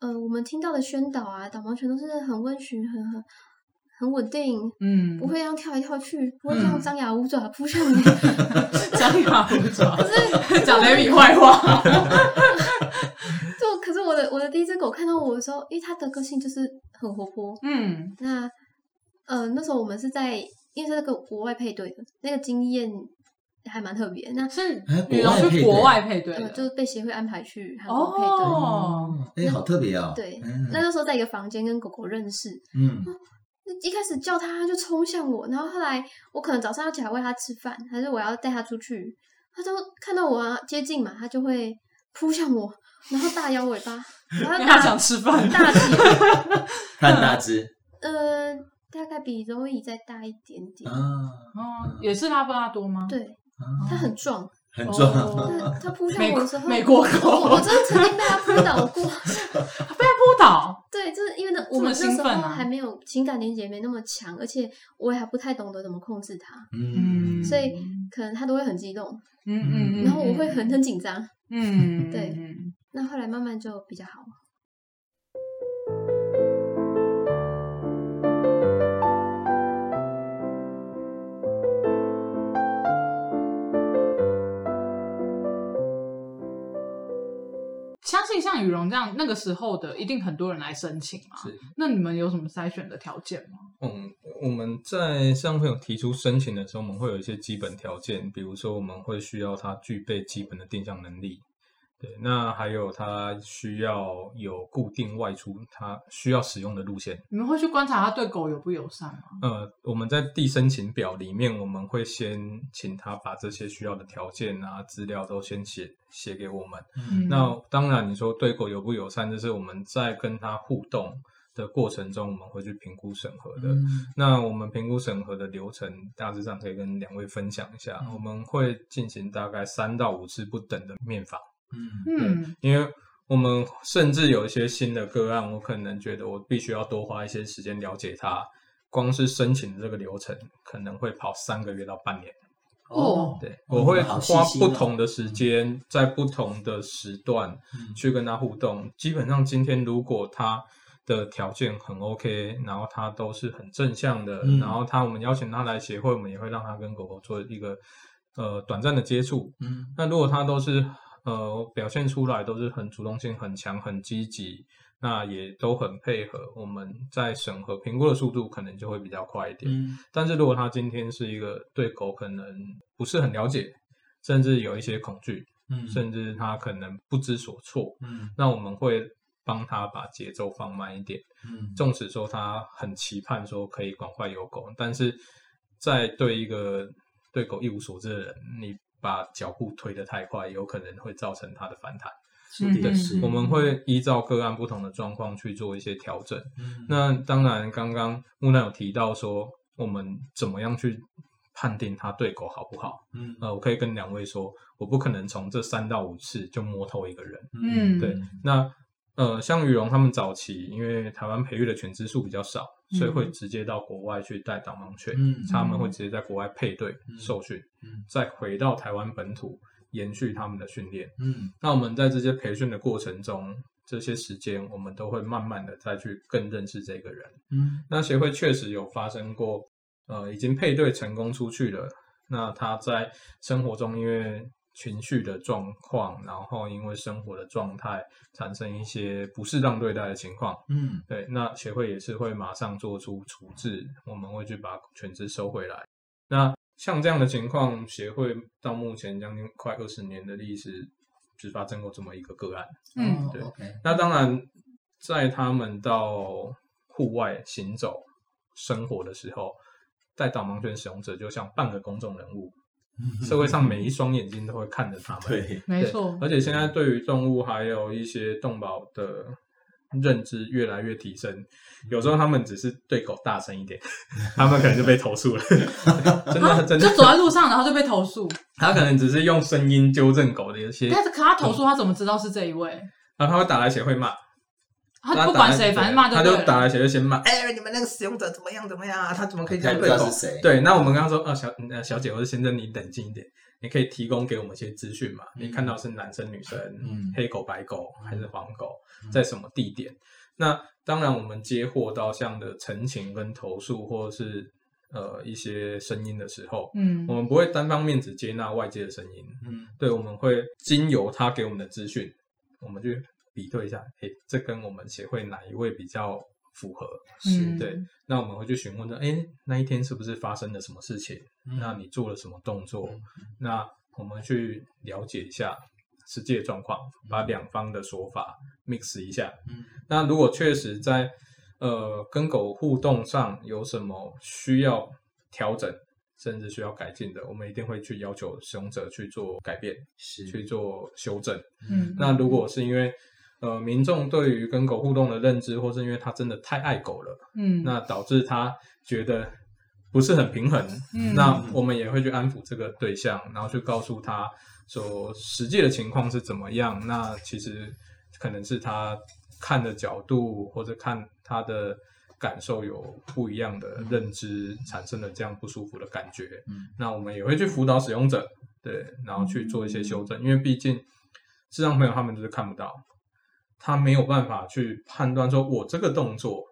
Speaker 5: 呃，我们听到的宣导啊，导盲犬都是很温驯，很很很稳定，
Speaker 2: 嗯，
Speaker 5: 不会这样跳来跳去，不会这样
Speaker 2: 嗯
Speaker 5: 张牙舞爪扑向
Speaker 2: [laughs]
Speaker 5: 你。
Speaker 2: 讲牙不爪，讲雷米坏话。
Speaker 5: 就可是我的我的第一只狗看到我的时候，因为它的个性就是很活泼，
Speaker 2: 嗯
Speaker 5: 那呃，那时候我们是在因为是那个国外配对的，那个经验还蛮特别。那
Speaker 2: 是
Speaker 6: 哎
Speaker 2: 羽
Speaker 6: 国
Speaker 2: 绒
Speaker 6: 外配
Speaker 2: 去
Speaker 6: 对
Speaker 2: 国外配对
Speaker 5: 呃，
Speaker 2: 的，
Speaker 5: 就是被协会安排去韩国配对。
Speaker 2: 哦，
Speaker 6: 哎，好特别哦。
Speaker 5: 对，
Speaker 6: 嗯
Speaker 5: 那那时候在一个房间跟狗狗认识，
Speaker 6: 嗯
Speaker 5: 那一开始叫它它就冲向我，然后后来我可能早上要起来喂它吃饭，还是我要带它出去，它都看到我啊接近嘛，它就会扑向我，然后大摇尾巴，然后
Speaker 2: 因为他
Speaker 5: 大
Speaker 2: 想吃饭。
Speaker 5: 大起，
Speaker 6: 它很大只
Speaker 5: [laughs] 呃，大概比柔伊再大一点点，
Speaker 6: 啊，
Speaker 2: 哦，也是拉布拉多吗？
Speaker 5: 对，
Speaker 6: 啊
Speaker 5: 它很壮，
Speaker 6: 很壮
Speaker 2: 哦
Speaker 5: 他他扑向
Speaker 2: 美
Speaker 5: 我
Speaker 2: 国
Speaker 5: 的时候，
Speaker 2: 美国狗
Speaker 5: 我我真的曾经被他扑倒过。
Speaker 2: 扑倒。
Speaker 5: 对，就是因为那我
Speaker 2: [laughs]
Speaker 5: 们
Speaker 2: 这么兴
Speaker 5: 那时候
Speaker 2: 奋啊
Speaker 5: 还没有情感连接没那么强，而且我也还不太懂得怎么控制它，
Speaker 6: 嗯，
Speaker 5: 所以可能他都会很激动，
Speaker 2: 嗯嗯，
Speaker 5: 然后我会很很紧张。
Speaker 2: 嗯，
Speaker 5: 对
Speaker 2: 嗯
Speaker 5: 那后来慢慢就比较好。
Speaker 2: 相信像羽绒这样，那个时候的一定很多人来申请嘛。
Speaker 4: 是，
Speaker 2: 那你们有什么筛选的条件吗？
Speaker 4: 嗯，我们在向朋友提出申请的时候，我们会有一些基本条件，比如说我们会需要他具备基本的定向能力，对，那还有他需要有固定外出他需要使用的路线。
Speaker 2: 你们会去观察他对狗友不友善吗？
Speaker 4: 呃，我们在递申请表里面，我们会先请他把这些需要的条件啊、资料都先写写给我们。
Speaker 2: 嗯
Speaker 4: 那当然，你说对狗友不友善，这是我们在跟他互动的过程中，我们会去评估审核的。
Speaker 3: 嗯
Speaker 6: 嗯
Speaker 4: 那我们评估审核的流程，大致上可以跟两位分享一下。
Speaker 6: 嗯
Speaker 4: 我们会进行大概三到五次不等的面访，
Speaker 6: 嗯
Speaker 2: 嗯
Speaker 4: 因为我们甚至有一些新的个案，我可能觉得我必须要多花一些时间了解它。光是申请的这个流程，可能会跑三个月到半年。
Speaker 5: 哦
Speaker 4: 对，
Speaker 6: 哦
Speaker 4: 我会
Speaker 6: 好细
Speaker 4: 花
Speaker 6: 心
Speaker 4: 不
Speaker 6: 哦
Speaker 4: 同的时间，在不同的时段
Speaker 6: 嗯
Speaker 4: 去跟他互动。基本上今天如果他的条件很 OK，然后他都是很正向的，
Speaker 6: 嗯
Speaker 4: 然后他我们邀请他来协会，我们也会让他跟狗狗做一个呃短暂的接触。
Speaker 6: 嗯
Speaker 4: 那如果他都是呃表现出来都是很主动性很强、很积极，那也都很配合，我们在审核评估的速度可能就会比较快一点。
Speaker 6: 嗯
Speaker 4: 但是如果他今天是一个对狗可能不是很了解，甚至有一些恐惧，
Speaker 6: 嗯
Speaker 4: 甚至他可能不知所措，
Speaker 6: 嗯
Speaker 4: 那我们会帮他把节奏放慢一点。
Speaker 6: 嗯
Speaker 4: 纵使说他很期盼说可以赶快有狗，但是在对一个对狗一无所知的人，你把脚步推得太快，有可能会造成他的反弹。
Speaker 6: 是的，
Speaker 2: 嗯
Speaker 6: 是
Speaker 2: 嗯
Speaker 4: 我们会依照个案不同的状况去做一些调整。
Speaker 6: 嗯
Speaker 4: 那当然，刚刚木奈有提到说，我们怎么样去判定它对狗好不好？
Speaker 6: 嗯
Speaker 4: 呃，我可以跟两位说，我不可能从这三到五次就摸透一个人。
Speaker 2: 嗯
Speaker 4: 对，那呃，像羽绒他们早期，因为台湾培育的犬只数比较少，所以会
Speaker 2: 嗯
Speaker 4: 直接到国外去带导盲犬，
Speaker 6: 嗯
Speaker 4: 他们会直接在国外配对、
Speaker 6: 嗯
Speaker 4: 受训，
Speaker 6: 嗯
Speaker 4: 再回到台湾本土延续他们的训练。
Speaker 6: 嗯
Speaker 4: 那我们在这些培训的过程中，这些时间我们都会慢慢的再去更认识这个人。
Speaker 6: 嗯
Speaker 4: 那协会确实有发生过，呃，已经配对成功出去了。那他在生活中因为情绪的状况，然后因为生活的状态产生一些不适当对待的情况，
Speaker 6: 嗯
Speaker 4: 对，那协会也是会马上做出处置，我们会去把犬只收回来。那像这样的情况，协会到目前将近快二十年的历史，只发生过这么一个个案。
Speaker 2: 嗯
Speaker 6: 哦
Speaker 4: 对
Speaker 6: ，OK，
Speaker 4: 那当然，在他们到户外行走生活的时候，带导盲犬使用者就像半个公众人物，社会上每一双眼睛都会看着他们。
Speaker 6: [laughs] 对，
Speaker 2: 没
Speaker 4: 对
Speaker 2: 错，
Speaker 4: 而且现在对于动物还有一些动保的认知越来越提升，有时候他们只是对狗大声一点， [laughs] 他们可能就被投诉了。真
Speaker 2: 啊
Speaker 4: 的真
Speaker 2: 就走
Speaker 4: 的，
Speaker 2: 在路上，然后就被投诉。
Speaker 4: 他可能只是用声音纠正狗的一些，
Speaker 2: 但是可他投诉，他怎么知道是这一位？
Speaker 4: 然后他会打来协会骂，
Speaker 2: 他不管谁，
Speaker 4: 打来
Speaker 2: 反正骂
Speaker 4: 对他
Speaker 2: 对
Speaker 4: 就打
Speaker 2: 了。
Speaker 4: 来协会先骂，哎，你们那个使用者怎么样怎么样啊？他怎么可以
Speaker 6: [laughs]
Speaker 4: 这
Speaker 6: 他
Speaker 4: 样
Speaker 6: 不
Speaker 4: 对
Speaker 6: 知道
Speaker 4: 狗
Speaker 6: 是？谁，
Speaker 4: 对，那我们刚刚说，呃，小呃小姐或者先生，你冷静一点，你可以提供给我们一些资讯嘛？
Speaker 6: 嗯
Speaker 4: 你看到是男生、女生，
Speaker 6: 嗯
Speaker 4: 黑狗、白狗还是黄狗，
Speaker 6: 嗯
Speaker 4: 在什么地点？那当然，我们接获到这样的陈情跟投诉，或者是呃一些声音的时候，
Speaker 2: 嗯
Speaker 4: 我们不会单方面只接纳外界的声音，
Speaker 6: 嗯
Speaker 4: 对，我们会经由他给我们的资讯，我们去比对一下，诶，这跟我们协会哪一位比较符合？
Speaker 2: 嗯，
Speaker 4: 对，那我们会去询问他，哎，那一天是不是发生了什么事情？
Speaker 6: 嗯
Speaker 4: 那你做了什么动作？那我们去了解一下实际的状况，把两方的说法 mix 一下。
Speaker 6: 嗯
Speaker 4: 那如果确实在呃跟狗互动上有什么需要调整，甚至需要改进的，我们一定会去要求使用者去做改变，去
Speaker 6: 是
Speaker 4: 做修正。
Speaker 2: 嗯，
Speaker 4: 那如果是因为呃民众对于跟狗互动的认知，或是因为他真的太爱狗了。
Speaker 2: 嗯，
Speaker 4: 那导致他觉得不是很平衡。
Speaker 2: 嗯
Speaker 4: 那我们也会去安抚这个对象，然后去告诉他说实际的情况是怎么样。那其实可能是他看的角度或者看他的感受有不一样的认知，产生了这样不舒服的感觉。
Speaker 6: 嗯
Speaker 4: 那我们也会去辅导使用者，对，然后去做一些修正，因为毕竟视障朋友他们就是看不到，他没有办法去判断说我这个动作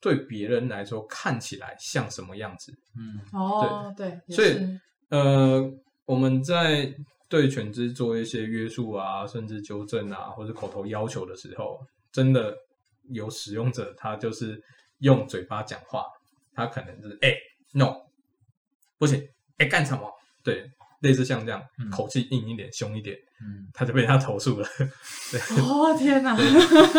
Speaker 4: 对别人来说看起来像什么样子。
Speaker 6: 嗯
Speaker 2: 哦，对，也
Speaker 4: 所以
Speaker 2: 是
Speaker 4: 呃，我们在对犬只做一些约束啊，甚至纠正啊，或者口头要求的时候，真的有使用者他就是用嘴巴讲话，他可能是哎、no 不行，哎、干什么？对，类似像这样，
Speaker 6: 嗯
Speaker 4: 口气硬一点、凶一点，
Speaker 6: 嗯
Speaker 4: 他就被他投诉了。 [laughs]
Speaker 2: 哦，天哪，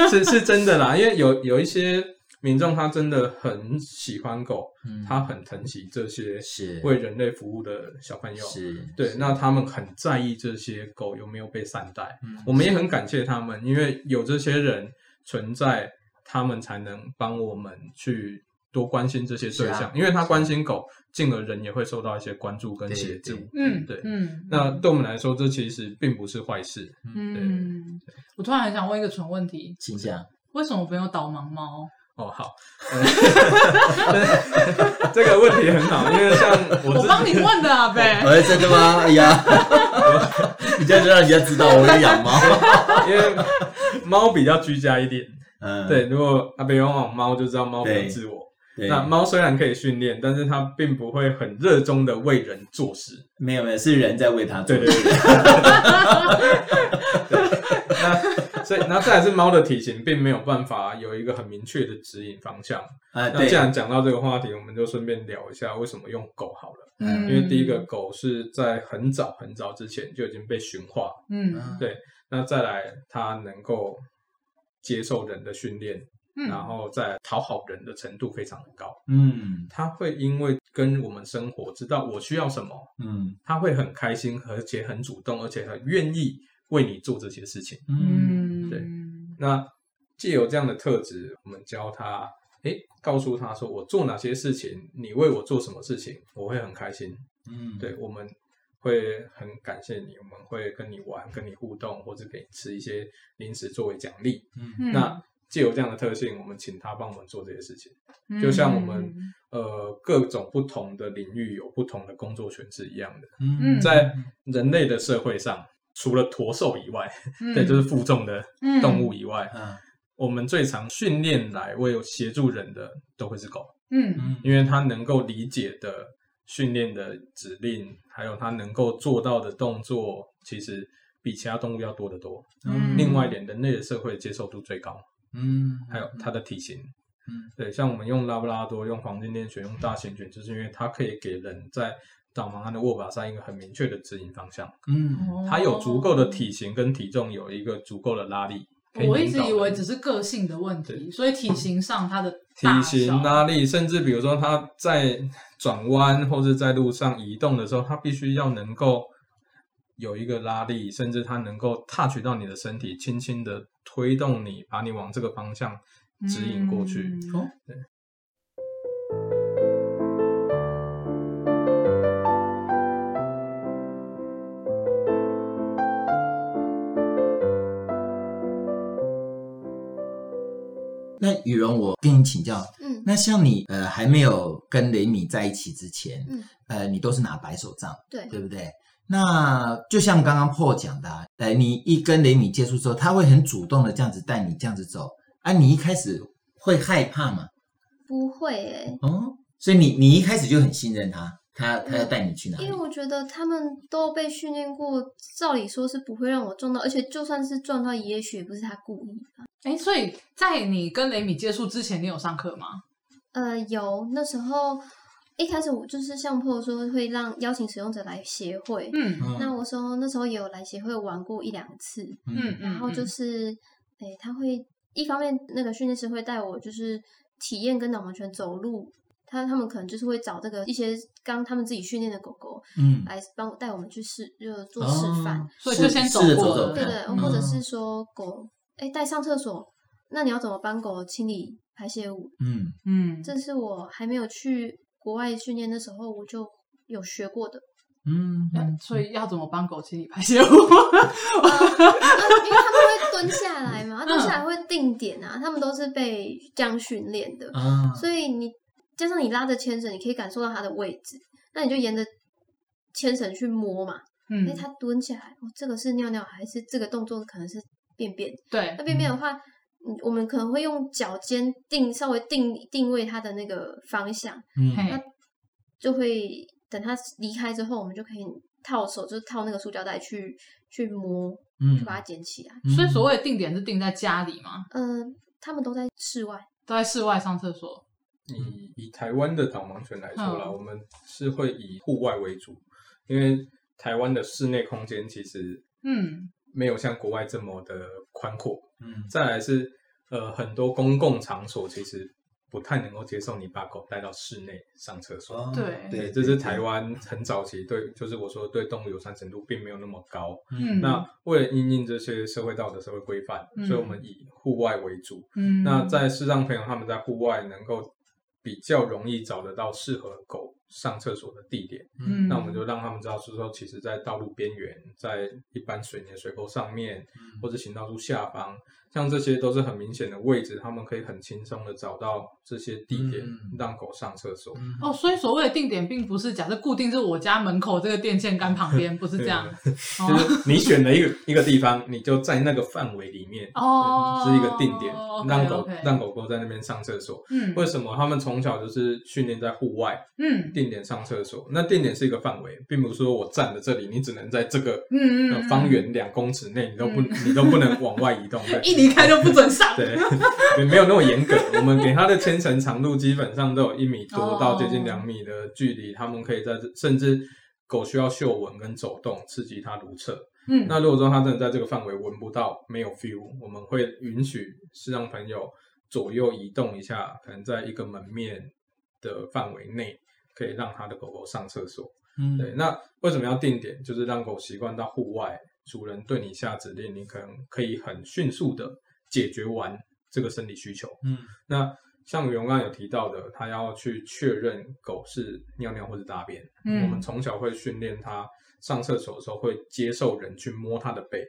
Speaker 4: 是是真的啦，因为有有一些民众他真的很喜欢狗，
Speaker 6: 嗯
Speaker 4: 他很疼惜这些
Speaker 6: 是
Speaker 4: 为人类服务的小朋友。
Speaker 6: 是
Speaker 4: 对，那他们很在意这些狗有没有被善待，
Speaker 6: 嗯
Speaker 4: 我们也很感谢他们，因为有这些人存在，他们才能帮我们去多关心这些对
Speaker 6: 是
Speaker 4: 象，
Speaker 6: 啊
Speaker 4: 因为他关心狗，进而人也会受到一些关注跟协助。
Speaker 2: 嗯，
Speaker 4: 对
Speaker 2: 嗯，
Speaker 4: 那
Speaker 2: 嗯
Speaker 4: 对我们来说，这其实并不是坏事。
Speaker 2: 嗯，我突然很想问一个蠢问题，
Speaker 6: 请讲。 [laughs]
Speaker 2: 为什么没有导盲猫？
Speaker 4: 哦，好， [laughs] 呃这个问题很好，因为像 [laughs] 我
Speaker 2: 我
Speaker 4: 自
Speaker 2: 帮
Speaker 4: 己
Speaker 2: 你问的啊，呗。
Speaker 6: 哎，真的吗？哎呀， [laughs] 你这样就让人家知道我在养 [laughs] 猫。
Speaker 4: 因为猫比较居家一点，
Speaker 6: 嗯，
Speaker 4: 对，如果啊阿北拥有猫，就知道猫没有自我。
Speaker 6: 对，
Speaker 4: 那猫虽然可以训练，但是它并不会很热衷的为人做事。
Speaker 6: 没有没有，是人在为它做。
Speaker 4: 对对对。那所以，那再来是猫的体型，并没有办法有一个很明确的指引方向。
Speaker 6: 啊，
Speaker 4: 那
Speaker 6: 对
Speaker 4: 既，然讲到这个话题，我们就顺便聊一下为什么用狗好了。
Speaker 2: 嗯
Speaker 4: 因为第一个，狗是在很早很早之前就已经被驯化，
Speaker 2: 嗯
Speaker 4: 对。那再来，它能够接受人的训练，
Speaker 2: 嗯，
Speaker 4: 然后再讨好人的程度非常的高。
Speaker 6: 嗯
Speaker 4: 它会因为跟我们生活，知道我需要什么，
Speaker 6: 嗯
Speaker 4: 它会很开心，而且很主动，而且很愿意为你做这些事情。
Speaker 6: 嗯
Speaker 2: 嗯，
Speaker 4: 对那借由这样的特质，我们教它，诶，告诉它说，我做哪些事情，你为我做什么事情，我会很开心。
Speaker 6: 嗯，
Speaker 4: 对，我们会很感谢你，我们会跟你玩，跟你互动，或者给你吃一些零食作为奖励。
Speaker 2: 嗯，
Speaker 4: 那借由这样的特性，我们请它帮我们做这些事情。
Speaker 2: 嗯
Speaker 4: 就像我们呃各种不同的领域有不同的工作群是一样的。
Speaker 2: 嗯
Speaker 4: 在人类的社会上，除了驼兽以外，
Speaker 2: 嗯
Speaker 4: 对，就是负重的动物以外，
Speaker 6: 嗯
Speaker 4: 我们最常训练来为协助人的都会是狗，
Speaker 2: 嗯
Speaker 6: 嗯
Speaker 4: 因为它能够理解的训练的指令，还有它能够做到的动作，其实比其他动物要多得多。
Speaker 2: 嗯
Speaker 4: 另外一点，人类的社会接受度最高，
Speaker 6: 嗯，
Speaker 4: 还有它的体型。
Speaker 6: 嗯，
Speaker 4: 对，像我们用拉布拉多、用黄金猎犬、用大型犬，就是因为它可以给人在导盲鞍的握把上一个很明确的指引方向。
Speaker 6: 嗯
Speaker 2: 哦
Speaker 4: 它有足够的体型跟体重，有一个足够的拉力。可
Speaker 2: 我一
Speaker 4: 引
Speaker 2: 直
Speaker 4: 导
Speaker 2: 以为
Speaker 4: 人
Speaker 2: 只是个性的问题，所以体型上它的
Speaker 4: 体型、啊拉力，甚至比如说它在转弯或是在路上移动的时候，它必须要能够有一个拉力，甚至它能够 touch 到你的身体，轻轻的推动你，把你往这个方向指引过去。
Speaker 2: 哦，
Speaker 6: 那雨荣，我跟你请教，
Speaker 5: 嗯，
Speaker 6: 那像你呃还没有跟雷米在一起之前，
Speaker 5: 嗯
Speaker 6: 呃，你都是拿白手杖，
Speaker 5: 对，
Speaker 6: 对不对？那就像刚刚破讲的、啊，呃，你一跟雷米接触之后，他会很主动的这样子带你这样子走，啊，你一开始会害怕嘛？
Speaker 5: 不会欸诶、
Speaker 6: 哦，所以你你一开始就很信任他，他他要带你去哪里
Speaker 5: 因为？我觉得他们都被训练过，照理说是不会让我撞到，而且就算是撞到，也许也不是他故意。
Speaker 2: 哎，所以在你跟雷米接触之前，你有上课吗？
Speaker 5: 呃，有那时候一开始我就是像破说会让邀请使用者来协会，
Speaker 2: 嗯
Speaker 6: 嗯
Speaker 5: 那我说那时候也有来协会玩过一两次，
Speaker 2: 嗯，
Speaker 5: 然后就是，诶、他会一方面那个训练师会带我就是体验跟导盲犬走路，他他们可能就是会找这个一些刚他们自己训练的狗狗
Speaker 6: 嗯，
Speaker 5: 来帮我带我们去示就呃做
Speaker 6: 哦
Speaker 5: 示范，
Speaker 2: 所以
Speaker 6: 试
Speaker 2: 就先走
Speaker 6: 试着
Speaker 2: 过
Speaker 6: 走
Speaker 2: 了
Speaker 6: 走
Speaker 5: 对
Speaker 6: 看，嗯
Speaker 5: 对，或者是说狗诶、带上厕所，那你要怎么帮狗清理排泄物？
Speaker 6: 嗯
Speaker 2: 嗯，
Speaker 5: 这是我还没有去国外训练的时候我就有学过
Speaker 6: [laughs]
Speaker 5: 的，
Speaker 6: 嗯嗯
Speaker 2: 所以要怎么帮狗清理排泄物？ [laughs]
Speaker 5: 啊因为他们会蹲下来嘛，啊蹲
Speaker 6: 嗯
Speaker 5: 下来会定点啊，他们都是被这样训练的。
Speaker 6: 啊，
Speaker 5: 所以你加上你拉着牵绳，你可以感受到它的位置，那你就沿着牵绳去摸嘛。
Speaker 2: 嗯
Speaker 5: 哎、，它蹲起来，哦，这个是尿尿还是这个动作可能是便便？
Speaker 2: 对
Speaker 5: 那，便便的话，嗯，我们可能会用脚尖定稍微定定位它的那个方向，
Speaker 6: 嗯
Speaker 2: 嘿
Speaker 5: 就会等它离开之后，我们就可以套手，就是套那个塑胶袋去去摸，去
Speaker 6: 嗯
Speaker 5: 把它捡起来。
Speaker 6: 嗯
Speaker 2: 所以所谓的定点是定在家里嘛，
Speaker 5: 嗯、他们都在室外，
Speaker 2: 都在室外上厕所。
Speaker 6: 嗯
Speaker 4: 以以台湾的导盲犬来说啦，
Speaker 2: 嗯
Speaker 4: 我们是会以户外为主，因为台湾的室内空间其实
Speaker 2: 嗯
Speaker 4: 没有像国外这么的宽阔。
Speaker 6: 嗯
Speaker 4: 再来是呃，很多公共场所其实不太能够接受你把狗带到室内上厕所。
Speaker 6: 哦
Speaker 2: 对
Speaker 6: 对，
Speaker 4: 这是台湾很早期对，就是我说对动物友善程度并没有那么高。
Speaker 2: 嗯，
Speaker 4: 那为了因应这些社会道德、社会规范，
Speaker 2: 嗯
Speaker 4: 所以我们以户外为主。
Speaker 2: 嗯
Speaker 4: 那在视障朋友他们在户外能够。比较容易找得到适合狗上厕所的地点。
Speaker 2: 嗯，
Speaker 4: 那我们就让他们知道，是说其实，在道路边缘，在一般水泥的水沟上面，
Speaker 2: 嗯
Speaker 6: 嗯
Speaker 4: 或者行道树下方，像这些都是很明显的位置，他们可以很轻松的找到这些地点，
Speaker 6: 嗯
Speaker 4: 让狗上厕所。
Speaker 2: 哦，所以所谓的定点，并不是假设固定是我家门口这个电线杆旁边，不是这
Speaker 4: [laughs]
Speaker 2: 样。
Speaker 4: 就是你选了一个一个地方，你就在那个范围里面，
Speaker 2: 哦，
Speaker 4: 是一个定点，让狗
Speaker 2: OK，OK
Speaker 4: 让狗狗在那边上厕所。
Speaker 2: 嗯
Speaker 4: 为什么他们从小就是训练在户外
Speaker 2: 嗯
Speaker 4: 定点上厕所？那定点是一个范围，并不是说我站在这里，你只能在这个
Speaker 2: 嗯
Speaker 4: 呃
Speaker 2: 嗯，
Speaker 4: 方圆两公尺内，你都不
Speaker 2: 嗯
Speaker 4: 你都不能往外移动。对
Speaker 2: [laughs] 一离开就不准上。
Speaker 4: 对，没没有那么严格。我们给它的牵绳长度基本上都有一米
Speaker 2: 哦
Speaker 4: 多到接近两米的距离，它们可以在这，甚至狗需要嗅闻跟走动刺激它如厕。
Speaker 2: 嗯
Speaker 4: 那如果说它真的在这个范围闻不到，没有 feel，我们会允许是让朋友左右移动一下，可能在一个门面的范围内，可以让它的狗狗上厕所。
Speaker 6: 嗯
Speaker 4: 对，那为什么要定点？就是让狗习惯到户外，主人对你下指令，你可能可以很迅速的解决完这个生理需求。
Speaker 6: 嗯，
Speaker 4: 那像勇刚刚有提到的，他要去确认狗是尿尿或是大便。
Speaker 2: 嗯
Speaker 4: 我们从小会训练它上厕所的时候会接受人去摸它的背，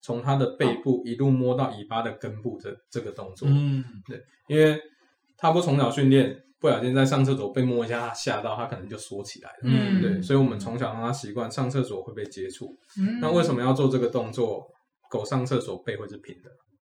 Speaker 4: 从它的背部一路摸到尾巴的根部这这个动作。
Speaker 6: 嗯
Speaker 4: 因为他不从小训练，不小心在上厕所被摸一下，他吓到，他可能就缩起来了。
Speaker 2: 嗯
Speaker 4: 对，所以我们从小让他习惯上厕所会被接触。
Speaker 2: 嗯
Speaker 4: 那为什么要做这个动作？狗上厕所背会是平的，
Speaker 2: 嗯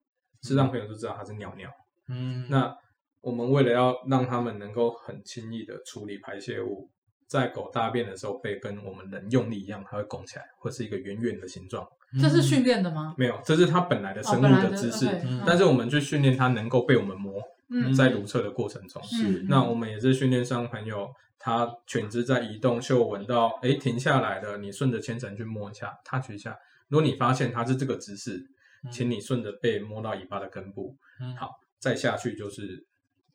Speaker 4: 是让朋友就知道它是尿尿。
Speaker 6: 嗯
Speaker 4: 那我们为了要让他们能够很轻易的处理排泄物，在狗大便的时候背跟我们人用力一样，它会拱起来，会是一个圆圆的形状。
Speaker 6: 嗯
Speaker 2: 这是训练的吗？
Speaker 4: 没有，这是它本来的
Speaker 2: 哦
Speaker 4: 生物
Speaker 2: 本来
Speaker 4: 姿势。
Speaker 2: OK，
Speaker 6: 嗯
Speaker 4: 但是我们去训练它能够被我们摸，
Speaker 2: 嗯
Speaker 4: 在如厕的过程中，
Speaker 2: 嗯
Speaker 4: 那我们也是训练上朋友，他犬只在移动，嗅闻到，哎，停下来了，你顺着牵绳去摸一下，touch 一下。如果你发现它是这个姿势，
Speaker 2: 嗯
Speaker 4: 请你顺着背摸到尾巴的根部，
Speaker 6: 嗯
Speaker 4: 好，再下去就是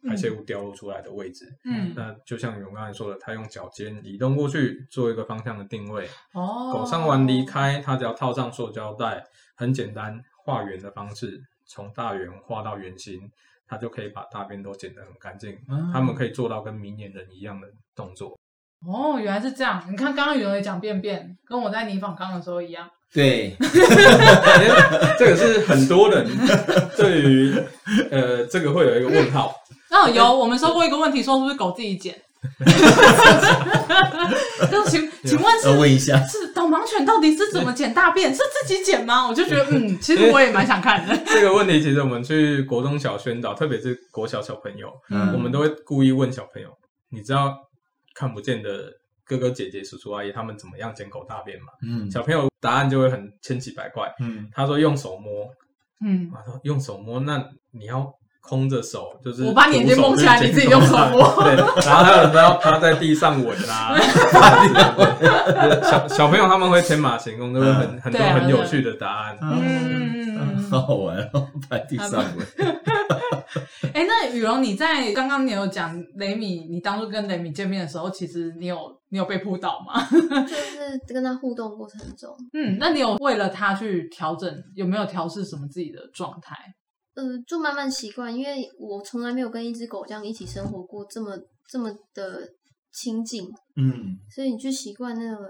Speaker 4: 排泄物掉落出来的位置。
Speaker 2: 嗯
Speaker 4: 那就像勇刚才说的，他用脚尖移动过去，做一个方向的定位。
Speaker 2: 哦，
Speaker 4: 狗上完离开，它只要套上塑胶袋，很简单，画圆的方式，从大圆画到圆形，它就可以把大便都剪得很干净。
Speaker 2: 啊
Speaker 6: 嗯
Speaker 4: 他们可以做到跟明眼人一样的动作。 [laughs]
Speaker 2: 哦，原来是这样。你看，刚刚有人也讲便便，跟我在拟仿纲的时候一样。
Speaker 6: 对，
Speaker 4: 这个是很多人对于呃这个会有一个问号。
Speaker 2: 那哦有我们说过一个问题，说是不是狗自己
Speaker 4: [laughs]
Speaker 2: 剪？就请请问
Speaker 4: 呃
Speaker 6: 要
Speaker 2: 是
Speaker 6: 问一
Speaker 2: [laughs]
Speaker 6: 下，
Speaker 2: 是导盲犬到底是怎么剪大便？是自己剪吗？我就觉得
Speaker 4: [laughs]
Speaker 2: 嗯，其实我也蛮想看的。
Speaker 4: 这个问题其实我们去国中小宣导，特别是国小小朋友，
Speaker 6: 嗯
Speaker 4: 我们都会故意问小朋友，你知道看不见的哥哥姐姐、叔叔阿姨他们怎么样捡狗大便吗？
Speaker 6: 嗯
Speaker 4: 小朋友答案就会很千奇百怪。
Speaker 6: 嗯
Speaker 4: 他说用手摸，
Speaker 2: 嗯，
Speaker 4: 他说用手摸，那你要空着手，就是
Speaker 2: 我把你眼睛
Speaker 4: 徒手
Speaker 2: 蒙起来
Speaker 4: 去
Speaker 2: 你自己
Speaker 4: 捡
Speaker 2: 用手摸
Speaker 4: 对，然后还有人要趴在地上吻啊，
Speaker 2: [laughs]
Speaker 4: 小小朋友他们会天马行空，就会很很多
Speaker 2: 对啊
Speaker 4: 很有趣的答案。
Speaker 2: 嗯嗯嗯
Speaker 6: 好好玩哦，排第三位，
Speaker 2: [laughs] 哎、那雨荣，你在刚刚你有讲雷米，你当初跟雷米见面的时候，其实你有你有被扑倒吗？ [laughs]
Speaker 5: 就是跟他互动过程中，
Speaker 2: 嗯，那你有为了他去调整，有没有调试什么自己的状态？
Speaker 5: 呃，就慢慢习惯，因为我从来没有跟一只狗这样一起生活过，这么这么的亲近，
Speaker 6: 嗯
Speaker 5: 所以你去习惯那个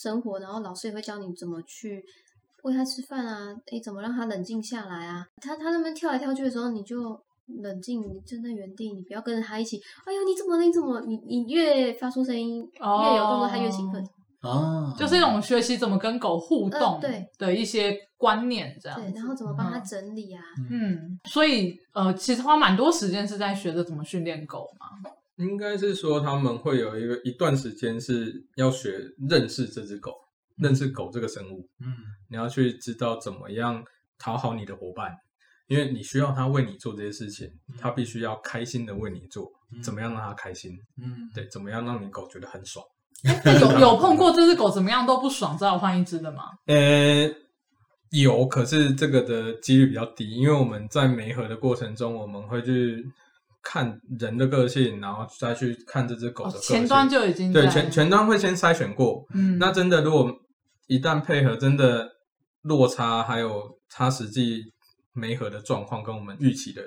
Speaker 5: 生活，然后老师也会教你怎么去喂它吃饭啊，诶，怎么让它冷静下来啊。它它那边跳来跳去的时候，你就冷静，你就在原地，你不要跟着它一起。哎呦，你怎么了？你怎么了？你你越发出声音，
Speaker 2: 哦
Speaker 5: 越有动作，它越兴奋。
Speaker 6: 啊，
Speaker 2: 就是一种学习怎么跟狗互动
Speaker 5: 嗯对
Speaker 2: 的一些观念，这样子。
Speaker 5: 对，然后怎么帮它
Speaker 2: 嗯
Speaker 5: 整理啊？
Speaker 2: 嗯，所以呃，其实花蛮多时间是在学着怎么训练狗
Speaker 4: [laughs]
Speaker 2: 嘛。
Speaker 4: 应该是说他们会有一个一段时间是要学认识这只狗，认识狗这个生物，
Speaker 6: 嗯
Speaker 4: 你要去知道怎么样讨好你的伙伴，因为你需要他为你做这些事情，
Speaker 2: 嗯
Speaker 4: 他必须要开心的为你做，怎么样让他开心？
Speaker 6: 嗯
Speaker 4: 对，怎么样让你狗觉得很爽？
Speaker 2: 那哎有有碰过这只狗怎么样都不爽，只好换一只的吗？
Speaker 4: 呃，有，可是这个的几率比较低，因为我们在媒合的过程中，我们会去看人的个性，然后再去看这只狗
Speaker 2: 哦
Speaker 4: 的个性。
Speaker 2: 前端就已经
Speaker 4: 对
Speaker 2: 在
Speaker 4: 前前端会先筛选过，
Speaker 2: 嗯，
Speaker 4: 那真的如果一旦配合，真的落差还有它实际媒合的状况跟我们预期的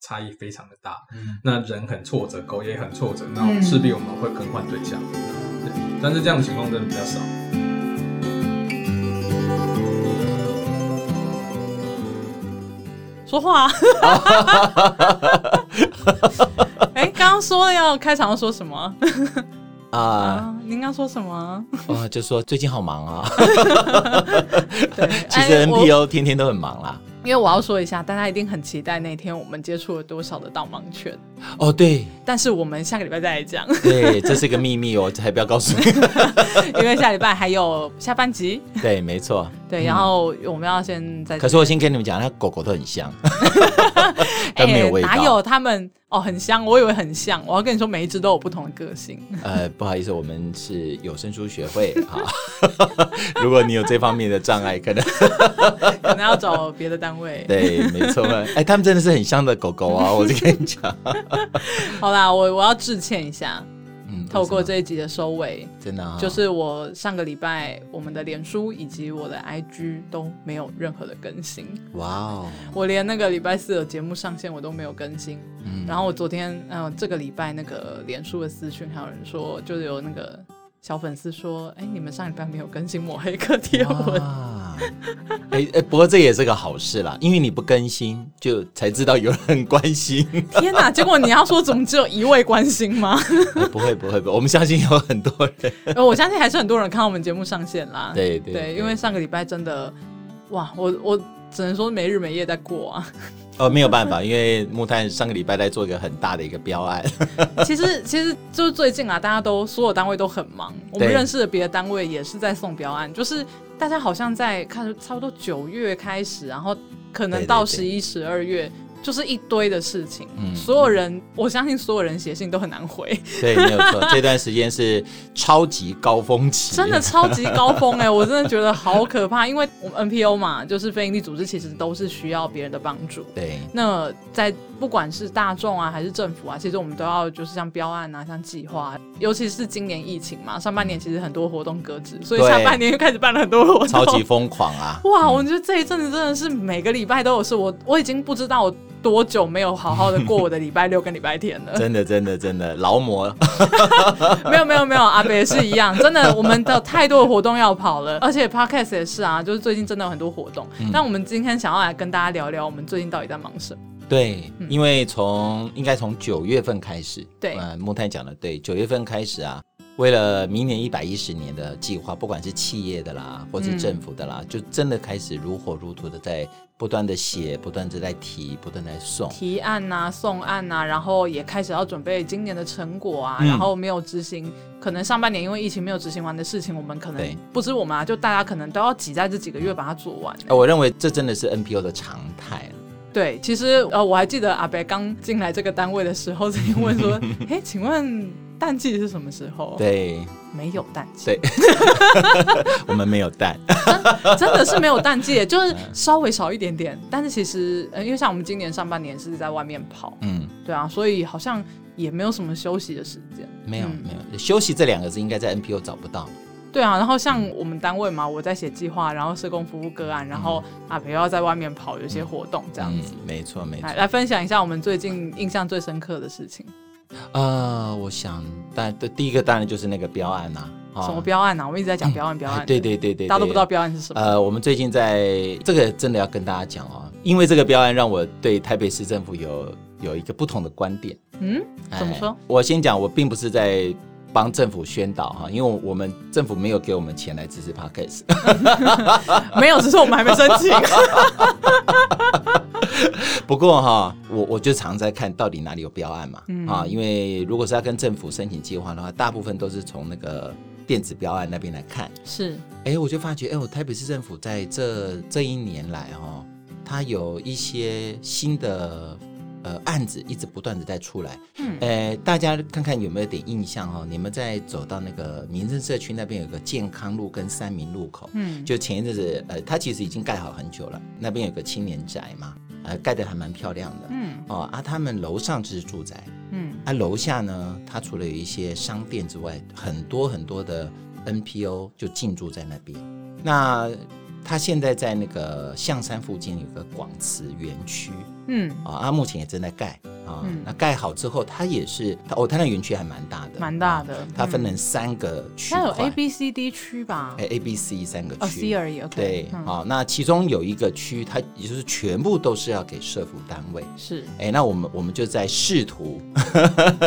Speaker 4: 差异非常的大。
Speaker 7: 嗯
Speaker 4: 那人很挫折，狗也很挫折，那势必我们会更换对象。对，但是这样的情况真的比较少。
Speaker 2: 说话、啊。 [laughs] 哎，刚刚说要开场要说什么
Speaker 3: 啊
Speaker 2: 啊？您刚说什么？
Speaker 3: 哦，就说最近好忙啊。
Speaker 2: 对，
Speaker 3: [laughs] 其实
Speaker 2: 哎我
Speaker 3: NPO 天天都很忙啦。
Speaker 2: 因为我要说一下，大家一定很期待那天我们接触了多少的导盲犬，
Speaker 3: 哦，对
Speaker 2: 但是我们下个礼拜再来讲， [laughs]
Speaker 3: 对，这是个秘密哦，还不要告诉你。
Speaker 2: 因为下礼拜还有下半集。
Speaker 3: 对，没错。
Speaker 2: 对，然后我们要先在，
Speaker 3: 嗯可是我先跟你们讲，那狗狗都很香，都没有味道。
Speaker 2: 哎哪有他们哦，很像，我以为很像。我要跟你说，每一只都有不同的个性。 [laughs]
Speaker 3: 呃， [laughs] 不好意思，我们是有声书学会啊。 [laughs] 如果你有这方面的障碍，
Speaker 2: [laughs]
Speaker 3: 可能
Speaker 2: 可能要找别的单位。
Speaker 3: 对，没错。哎，他们真的是很香的狗狗啊！我就跟
Speaker 2: [laughs]
Speaker 3: 你讲，
Speaker 2: 好啦，我我要致歉一下，
Speaker 3: 嗯，
Speaker 2: 透过
Speaker 3: 为什
Speaker 2: 这一集的收尾，
Speaker 3: 么真的啊
Speaker 2: 就是我上个礼拜我们的脸书以及我的 IG 都没有任何的更新，
Speaker 3: 哇哦，
Speaker 2: 我连那个礼拜四的节目上线我都没有更新。
Speaker 3: 嗯
Speaker 2: 然后我昨天，嗯、这个礼拜那个脸书的私讯还有人说，就是有那个小粉丝说，哎，你们上礼拜没有更新抹黑客贴文。
Speaker 3: 哇哎哎，不过这也是个好事啦，因为你不更新，就才知道有人关
Speaker 2: [laughs]
Speaker 3: 心。
Speaker 2: 天哪！结果你要说怎么只有一位关心吗？ [laughs]
Speaker 3: 哎不会不会不会，我们相信有很多人。
Speaker 2: 呃，我相信还是很多人看到我们节目上线啦。
Speaker 3: 对对
Speaker 2: 对，因为上个礼拜真的，哇，我我只能说没日没夜在过啊。
Speaker 3: 呃没有办法，因为木炭上个礼拜在做一个很大的一个标案，
Speaker 2: [laughs] 其实其实就是最近啊，大家都所有单位都很忙，我们
Speaker 3: 对
Speaker 2: 认识的别的单位也是在送标案，就是大家好像在看差不多九月开始，然后可能
Speaker 3: 对对
Speaker 2: 到
Speaker 3: 对
Speaker 2: 十一、十二月。就是一堆的事情，
Speaker 3: 嗯
Speaker 2: 所有人，我相信所有人写信都很难回，
Speaker 3: 对，没有错。这段时间是超级高峰期，
Speaker 2: 真的超级高峰哎、
Speaker 3: [laughs]
Speaker 2: 我真的觉得好可怕，因为我们 NPO 嘛，就是非营利组织，其实都是需要别人的帮助，
Speaker 3: 对。
Speaker 2: 那在不管是大众啊还是政府啊，其实我们都要就是像标案啊、像计划、啊，尤其是今年疫情嘛，上半年其实很多活动搁置，所以
Speaker 3: 对
Speaker 2: 下半年又开始办了很多活动。
Speaker 3: [laughs] 超级疯狂啊！
Speaker 2: [laughs] 哇！我觉得这一阵子真的是每个礼拜都有事，我我已经不知道我多久没有好好的过我的礼拜六跟礼拜天
Speaker 3: [laughs]
Speaker 2: 了。
Speaker 3: 真的，真的，真的，劳模，
Speaker 2: 嗯没有没有没有，阿北也是一样，真的，我们的太多的活动要跑了，而且 podcast 也是啊，就是最近真的有很多活动。
Speaker 3: 嗯
Speaker 2: 但我们今天想要来跟大家聊聊，我们最近到底在忙什么。
Speaker 3: 对
Speaker 2: 嗯，
Speaker 3: 因为从应该从九月份开始，
Speaker 2: 对
Speaker 3: 呃，木炭讲的对，九月份开始啊，为了明年一百一十年的计划，不管是企业的啦，或是
Speaker 2: 嗯
Speaker 3: 政府的啦，就真的开始如火如荼的在不断的写，不断的在提，不断的在送，
Speaker 2: 提案呐、送案呐、然后也开始要准备今年的成果啊，
Speaker 3: 嗯
Speaker 2: 然后没有执行，可能上半年因为疫情没有执行完的事情，我们可能
Speaker 3: 对
Speaker 2: 不止我们啊，就大家可能都要挤在这几个月把它做完。
Speaker 3: 呃我认为这真的是 NPO 的常态啊了。
Speaker 2: 对，其实呃，我还记得阿北刚进来这个单位的时候，曾经问说：“哎，请问淡季是什么时候？”，
Speaker 3: 对，
Speaker 2: 没有淡季，
Speaker 3: 对我们没有蛋，
Speaker 2: 真的是没有淡
Speaker 3: [laughs]
Speaker 2: 季，就是稍微少一点点。但是其实，呃，因为像我们今年上半年是在外面跑，
Speaker 3: 嗯，
Speaker 2: 对啊，所以好像也没有什么休息的时间。
Speaker 3: 没有，
Speaker 2: 嗯
Speaker 3: 没有，休息这两个字应该在 NPO 找不到。
Speaker 2: 对啊，然后像我们单位嘛，我在写计划，然后社工服务个案，然后阿培又要在外面跑有些活动这样子。
Speaker 3: 嗯，没错，没错
Speaker 2: 来。来分享一下我们最近印象最深刻的事情，
Speaker 3: 啊，我想，但对第一个当然就是那个标案呐、啊，哎
Speaker 2: 什么标案啊？我们一直在讲标案，标案。
Speaker 3: [laughs] 对对对对，
Speaker 2: 大家都
Speaker 3: 对
Speaker 2: 不知道。标案是什么。
Speaker 3: 呃，我们最近在这个真的要跟大家讲哦，因为这个标案让我对台北市政府有有一个不同的观点。
Speaker 2: 嗯，
Speaker 3: 哎
Speaker 2: 怎么说？
Speaker 3: 我先讲，我并不是在帮政府宣导哈，因为我们政府没有给我们钱来支持 Podcast， [laughs]
Speaker 2: 没有，只是我们还没申请。
Speaker 3: 不过哈，我我就常在看到底哪里有标案嘛，
Speaker 2: 嗯
Speaker 3: 啊，因为如果是要跟政府申请计划的话，大部分都是从那个电子标案那边来看。
Speaker 2: 是，
Speaker 3: 哎，我就发觉，哎，我台北市政府在这这一年来哦，它有一些新的呃案子一直不断的在出来。
Speaker 2: 嗯
Speaker 3: 哎，大家看看有没有点印象哦？你们在走到那个民生社区那边有个健康路跟三民路口，
Speaker 2: 嗯，
Speaker 3: 就前一阵子，呃，它其实已经盖好很久了，那边有个青年宅嘛，呃，盖得还蛮漂亮的。
Speaker 2: 嗯
Speaker 3: 哦，啊，他们楼上就是住宅，
Speaker 2: 嗯
Speaker 3: 啊，楼下呢，它除了有一些商店之外，很多很多的 NPO 就进驻在那边。那它现在在那个象山附近有个广慈园区
Speaker 2: 嗯，
Speaker 3: 啊，它目前也正在盖啊。
Speaker 2: 嗯
Speaker 3: 那盖好之后，它也是它哦，它那园区还蛮大的，
Speaker 2: 蛮大
Speaker 3: 啊
Speaker 2: 的嗯
Speaker 3: 它分成三个区
Speaker 2: 它有
Speaker 3: 块
Speaker 2: A、B、C、D 区吧？
Speaker 3: 哎 A、B、C 三个
Speaker 2: 哦
Speaker 3: 区。
Speaker 2: ，C 而已。OK，
Speaker 3: 对，
Speaker 2: 嗯
Speaker 3: 好、那其中有一个区，它也就是全部都是要给社服单位。
Speaker 2: 是
Speaker 3: 哎，那我们我们就在试图，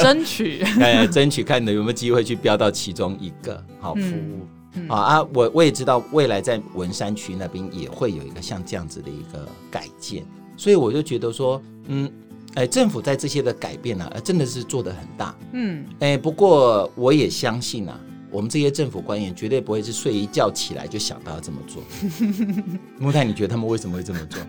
Speaker 2: 争取。 [laughs]
Speaker 3: 呃，争取看有没有机会去标到其中一个好服务。
Speaker 2: 嗯嗯
Speaker 3: 啊啊！我我也知道，未来在文山区那边也会有一个像这样子的一个改建，所以我就觉得说，嗯，哎，政府在这些的改变呢、啊，呃真的是做得很大。
Speaker 2: 嗯，
Speaker 3: 哎，不过我也相信啊，我们这些政府官员绝对不会是睡一觉起来就想到要这么
Speaker 2: [laughs]
Speaker 3: 做。木太，你觉得他们为什么会这么做？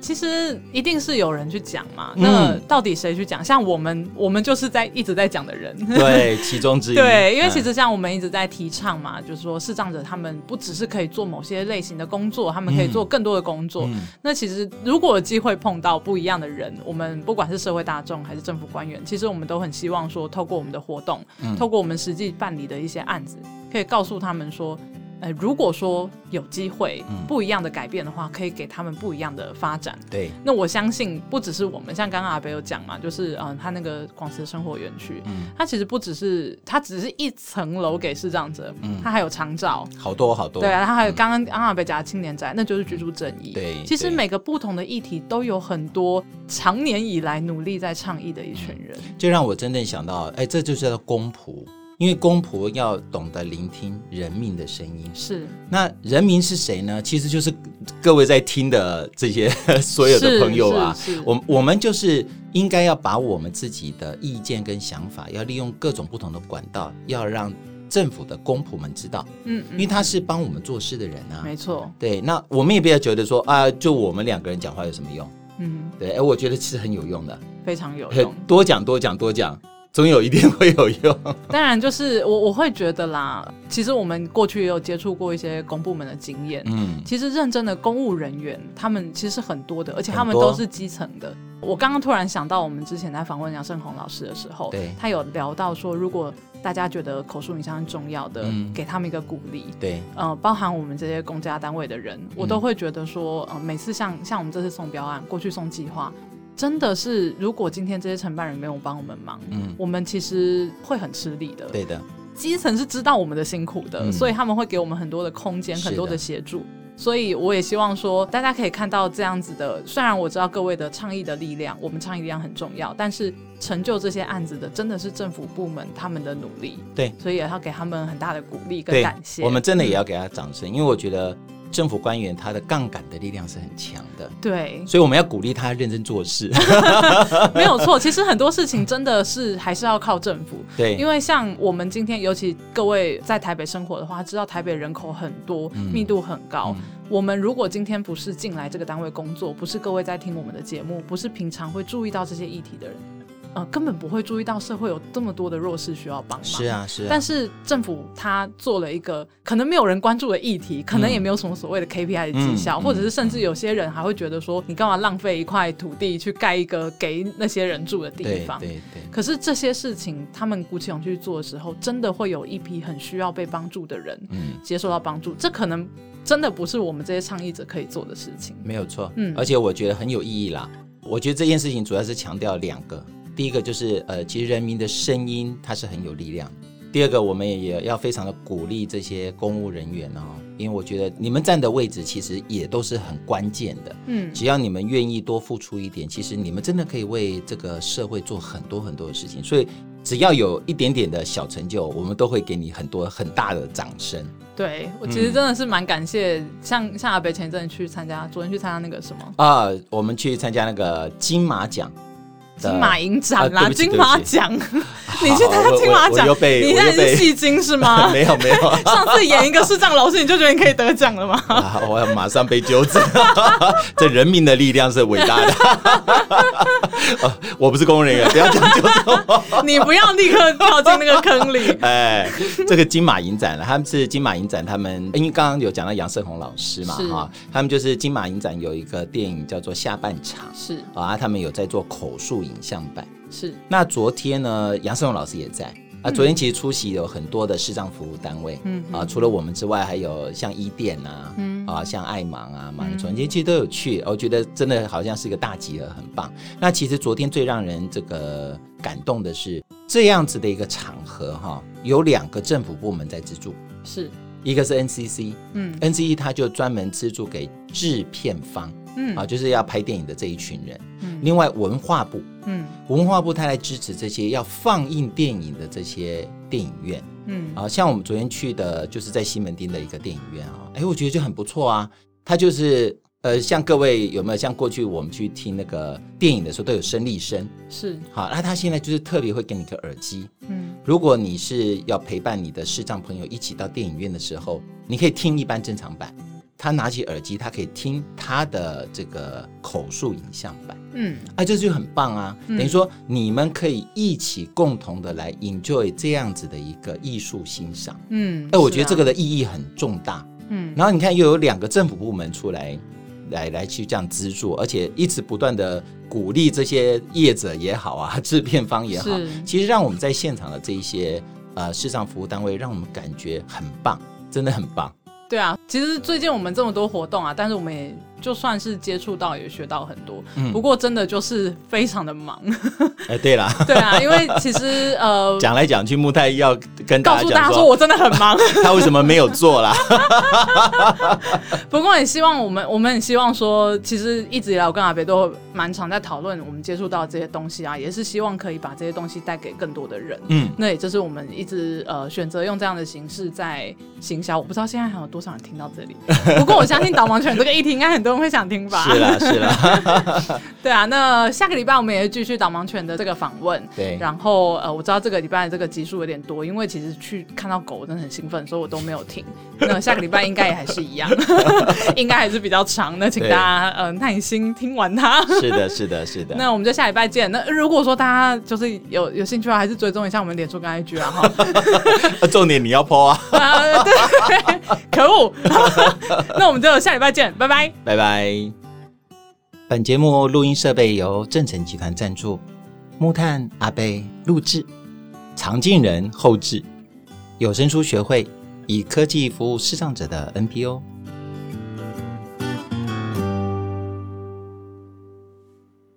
Speaker 2: 其实一定是有人去讲嘛。
Speaker 3: 嗯
Speaker 2: 那到底谁去讲？像我们，我们就是在一直在讲的人。
Speaker 3: 对，其中之一。
Speaker 2: 对，因为
Speaker 3: 嗯
Speaker 2: 其实像我们一直在提倡嘛，就是说视障者他们不只是可以做某些类型的工作，他们可以
Speaker 3: 嗯
Speaker 2: 做更多的工作。
Speaker 3: 嗯
Speaker 2: 那其实如果有机会碰到不一样的人，我们不管是社会大众还是政府官员，其实我们都很希望说，透过我们的活动，
Speaker 3: 嗯
Speaker 2: 透过我们实际办理的一些案子，可以告诉他们说。呃，如果说有机会
Speaker 3: 嗯
Speaker 2: 不一样的改变的话，可以给他们不一样的发展。
Speaker 3: 对，
Speaker 2: 那我相信不只是我们，像刚刚阿北有讲嘛，就是嗯、呃他那个广慈生活园区，
Speaker 3: 嗯
Speaker 2: 它其实不只是它只是一层楼给视障者，
Speaker 3: 嗯
Speaker 2: 它还有长照。
Speaker 3: 好多好多。
Speaker 2: 对啊，它还有刚刚刚阿北讲的青年宅，那就是居住正义。
Speaker 3: 对
Speaker 2: 其实
Speaker 3: 对
Speaker 2: 每个不同的议题都有很多常年以来努力在倡议的一群人。
Speaker 3: 这让我真正想到，哎，这就是叫公仆，因为公仆要懂得聆听人民的声音。
Speaker 2: 是，
Speaker 3: 那人民是谁呢？其实就是各位在听的这些 [laughs] 所有的
Speaker 2: 是
Speaker 3: 朋友啊
Speaker 2: 是是。
Speaker 3: 我我们就是应该要把我们自己的意见跟想法，要利用各种不同的管道，要让政府的公仆们知道，
Speaker 2: 嗯
Speaker 3: 因为
Speaker 2: 嗯，
Speaker 3: 他是帮我们做事的人啊。
Speaker 2: 没错，
Speaker 3: 对，那我们也不要觉得说啊，就我们两个人讲话有什么用？
Speaker 2: 嗯，
Speaker 3: 对，哎，我觉得是很有用的，
Speaker 2: 非常有用。
Speaker 3: 多讲多讲多讲，总有一天会有用。
Speaker 2: [laughs] 当然，就是我我会觉得啦，其实我们过去也有接触过一些公部门的经验，
Speaker 3: 嗯，
Speaker 2: 其实认真的公务人员，他们其实很多的，而且他们
Speaker 3: 很多
Speaker 2: 都是基层的。我刚刚突然想到，我们之前在访问杨胜宏老师的时候，
Speaker 3: 对
Speaker 2: 他有聊到说，如果大家觉得口述影像是重要的，
Speaker 3: 嗯
Speaker 2: 给他们一个鼓励。
Speaker 3: [laughs] 对，
Speaker 2: 呃，包含我们这些公家单位的人，
Speaker 3: 嗯
Speaker 2: 我都会觉得说，呃，每次像像我们这次送标案，过去送计划，真的是如果今天这些承办人没有帮我们忙，
Speaker 3: 嗯，
Speaker 2: 我们其实会很吃力的。
Speaker 3: 对的，
Speaker 2: 基层是知道我们的辛苦的，
Speaker 3: 嗯
Speaker 2: 所以他们会给我们很多的空间，
Speaker 3: 是的
Speaker 2: 很多的协助。所以我也希望说，大家可以看到这样子的。虽然我知道各位的倡议的力量，我们倡议力量很重要，但是成就这些案子的，真的是政府部门他们的努力。
Speaker 3: 对，
Speaker 2: 所以也要给他们很大的鼓励跟
Speaker 3: 对
Speaker 2: 感，谢。
Speaker 3: 我们真的也要给他掌声，因为我觉得政府官员他的杠杆的力量是很强的，
Speaker 2: 嗯对，
Speaker 3: 所以我们要鼓励他认真做事。 [laughs]
Speaker 2: 没有错。其实很多事情真的是还是要靠政
Speaker 3: [laughs]
Speaker 2: 府。
Speaker 3: 对，
Speaker 2: 因为像我们今天，尤其各位在台北生活的话，知道台北人口很多，
Speaker 3: 嗯
Speaker 2: 密度很高。我们如果今天不是进来这个单位工作，不是各位在听我们的节目，不是平常会注意到这些议题的人，呃，根本不会注意到社会有这么多的弱势需要帮忙。
Speaker 3: 是。啊，是啊，
Speaker 2: 但是政府他做了一个可能没有人关注的议题，可能也没有什么所谓的 KPI 的绩效，
Speaker 3: 嗯
Speaker 2: 或者是甚至有些人还会觉得说，你干嘛浪费一块土地去盖一个给那些人住的地
Speaker 3: 对
Speaker 2: 方？
Speaker 3: 对对，
Speaker 2: 可是这些事情，他们鼓起勇气去做的时候，真的会有一批很需要被帮助的人
Speaker 3: 嗯，
Speaker 2: 接受到帮助。这可能真的不是我们这些倡议者可以做的事情。
Speaker 3: 没有错，
Speaker 2: 嗯
Speaker 3: 而且我觉得很有意义啦。我觉得这件事情主要是强调两个，第一个就是呃，其实人民的声音它是很有力量。第二个，我们也要非常的鼓励这些公务人员哦，因为我觉得你们站的位置其实也都是很关键的。
Speaker 2: 嗯，
Speaker 3: 只要你们愿意多付出一点，其实你们真的可以为这个社会做很多很多的事情。所以，只要有一点点的小成就，我们都会给你很多很大的掌声。
Speaker 2: 对我其实真的是蛮感谢，像像阿北前一阵去参加，昨天去参加那个什么
Speaker 3: 啊，我们去参加那个金马奖的，
Speaker 2: 金马影展啦，
Speaker 3: 啊对不起
Speaker 2: 金马奖，
Speaker 3: [laughs]
Speaker 2: 你去参加金马
Speaker 3: 我我我
Speaker 2: 奖
Speaker 3: 又，被
Speaker 2: 你现在
Speaker 3: 我又被啊
Speaker 2: 是戏精
Speaker 3: [laughs]
Speaker 2: 是吗？
Speaker 3: 没有没有
Speaker 2: [laughs] 上次演一个视障老师，你就觉得你可以得奖了
Speaker 3: [laughs]
Speaker 2: 吗？
Speaker 3: 啊，我要马上被纠正。 [laughs] 这人民的力量是伟大的。 [laughs] 啊我不是公务人员，不要讲纠正我。
Speaker 2: 你不要立刻跳进那个坑里。
Speaker 3: 哎，这个金马影展了，他们是金马影展，他们因为刚刚有讲到杨胜宏老师嘛，
Speaker 2: 是
Speaker 3: 哈，他们就是金马影展有一个电影叫做《下半场
Speaker 2: 是》
Speaker 3: 啊，他们有在做口述影像版。
Speaker 2: 是，
Speaker 3: 那昨天呢，杨胜宏老师也在。啊，昨天其实出席有很多的视障服务单位，
Speaker 2: 嗯
Speaker 3: 啊，除了我们之外，还有像伊甸啊，
Speaker 2: 嗯
Speaker 3: 啊，像爱芒啊、马尼村，其实都有去，我觉得真的好像是个大集合，很棒。那其实昨天最让人这个感动的是这样子的一个场合哈、有两个政府部门在资助，
Speaker 2: 是，
Speaker 3: 一个是 NCC，NCC
Speaker 2: 嗯
Speaker 3: 它就专门资助给制片方
Speaker 2: 嗯
Speaker 3: 啊，就是要拍电影的这一群人。
Speaker 2: 嗯
Speaker 3: 另外文化部，
Speaker 2: 嗯
Speaker 3: 文化部它来支持这些要放映电影的这些电影院。
Speaker 2: 嗯
Speaker 3: 啊，像我们昨天去的，就是在西门町的一个电影院啊，哎，我觉得就很不错啊。它就是呃，像各位有没有像过去我们去听那个电影的时候都有声力声，
Speaker 2: 是，
Speaker 3: 好，那它现在就是特别会给你个耳机，
Speaker 2: 嗯
Speaker 3: 如果你是要陪伴你的视障朋友一起到电影院的时候，你可以听一般正常版，他拿起耳机，他可以听他的这个口述影像版。
Speaker 2: 嗯
Speaker 3: 啊，这就很棒啊！
Speaker 2: 嗯
Speaker 3: 等于说你们可以一起共同的来 enjoy 这样子的一个艺术欣赏。
Speaker 2: 嗯，
Speaker 3: 哎，我
Speaker 2: 是
Speaker 3: 觉得
Speaker 2: 啊
Speaker 3: 这个，的意义很重大。
Speaker 2: 嗯
Speaker 3: 然后你看，又有两个政府部门出来，来来去这样资助，而且一直不断的鼓励这些业者也好啊， [laughs] 制片方也好
Speaker 2: 是，
Speaker 3: 其实让我们在现场的这一些呃市场服务单位，让我们感觉很棒，真的很棒。
Speaker 2: 对啊，其实最近我们这么多活动啊，但是我们也就算是接触到，也学到很多。
Speaker 3: 嗯
Speaker 2: 不过真的就是非常的忙， [laughs]
Speaker 3: 哎，对了，
Speaker 2: 对啊，因为其实呃，
Speaker 3: 讲来讲去，木太要跟
Speaker 2: 告
Speaker 3: 大
Speaker 2: 诉
Speaker 3: 家
Speaker 2: 大
Speaker 3: 讲
Speaker 2: 家说我真的很忙。 [laughs]
Speaker 3: 他为什么没有做啦。
Speaker 2: 不过也希望我们，我们很希望说，其实一直以来我跟阿北都蛮常在讨论我们接触到的这些东西啊，也是希望可以把这些东西带给更多的人。
Speaker 3: 嗯，
Speaker 2: 那也就是我们一直呃选择用这样的形式在行销，我不知道现在还有多少人听到这
Speaker 3: [laughs]
Speaker 2: 里。不过我相信导盲犬这个议题，应该很多人会想听吧？
Speaker 3: 是啊啦，是啦，
Speaker 2: 对啊，那下个礼拜我们也会继续导盲犬的这个访问。
Speaker 3: 对，
Speaker 2: 然后呃，我知道这个礼拜的这个集数有点多，因为其实去看到狗我真的很兴奋，所以我都没有停。那下个礼拜应该也还是一样，应该还是比较长的，请大家呃耐心听完它。
Speaker 3: [laughs] 是的，是的，是的。
Speaker 2: 那我们就下礼拜见。那如果说大家就是有有兴趣的话，还是追踪一下我们脸书跟 IG 啊哈。
Speaker 3: 呃重点你要抛啊，
Speaker 2: 啊，对， [laughs] 可恶。那我们就下礼拜见，拜拜。
Speaker 3: 拜拜。本节目录音设备由正成集团赞助，木炭阿贝录制，常进人后制，有声书学会以科技服务视障者的 NPO。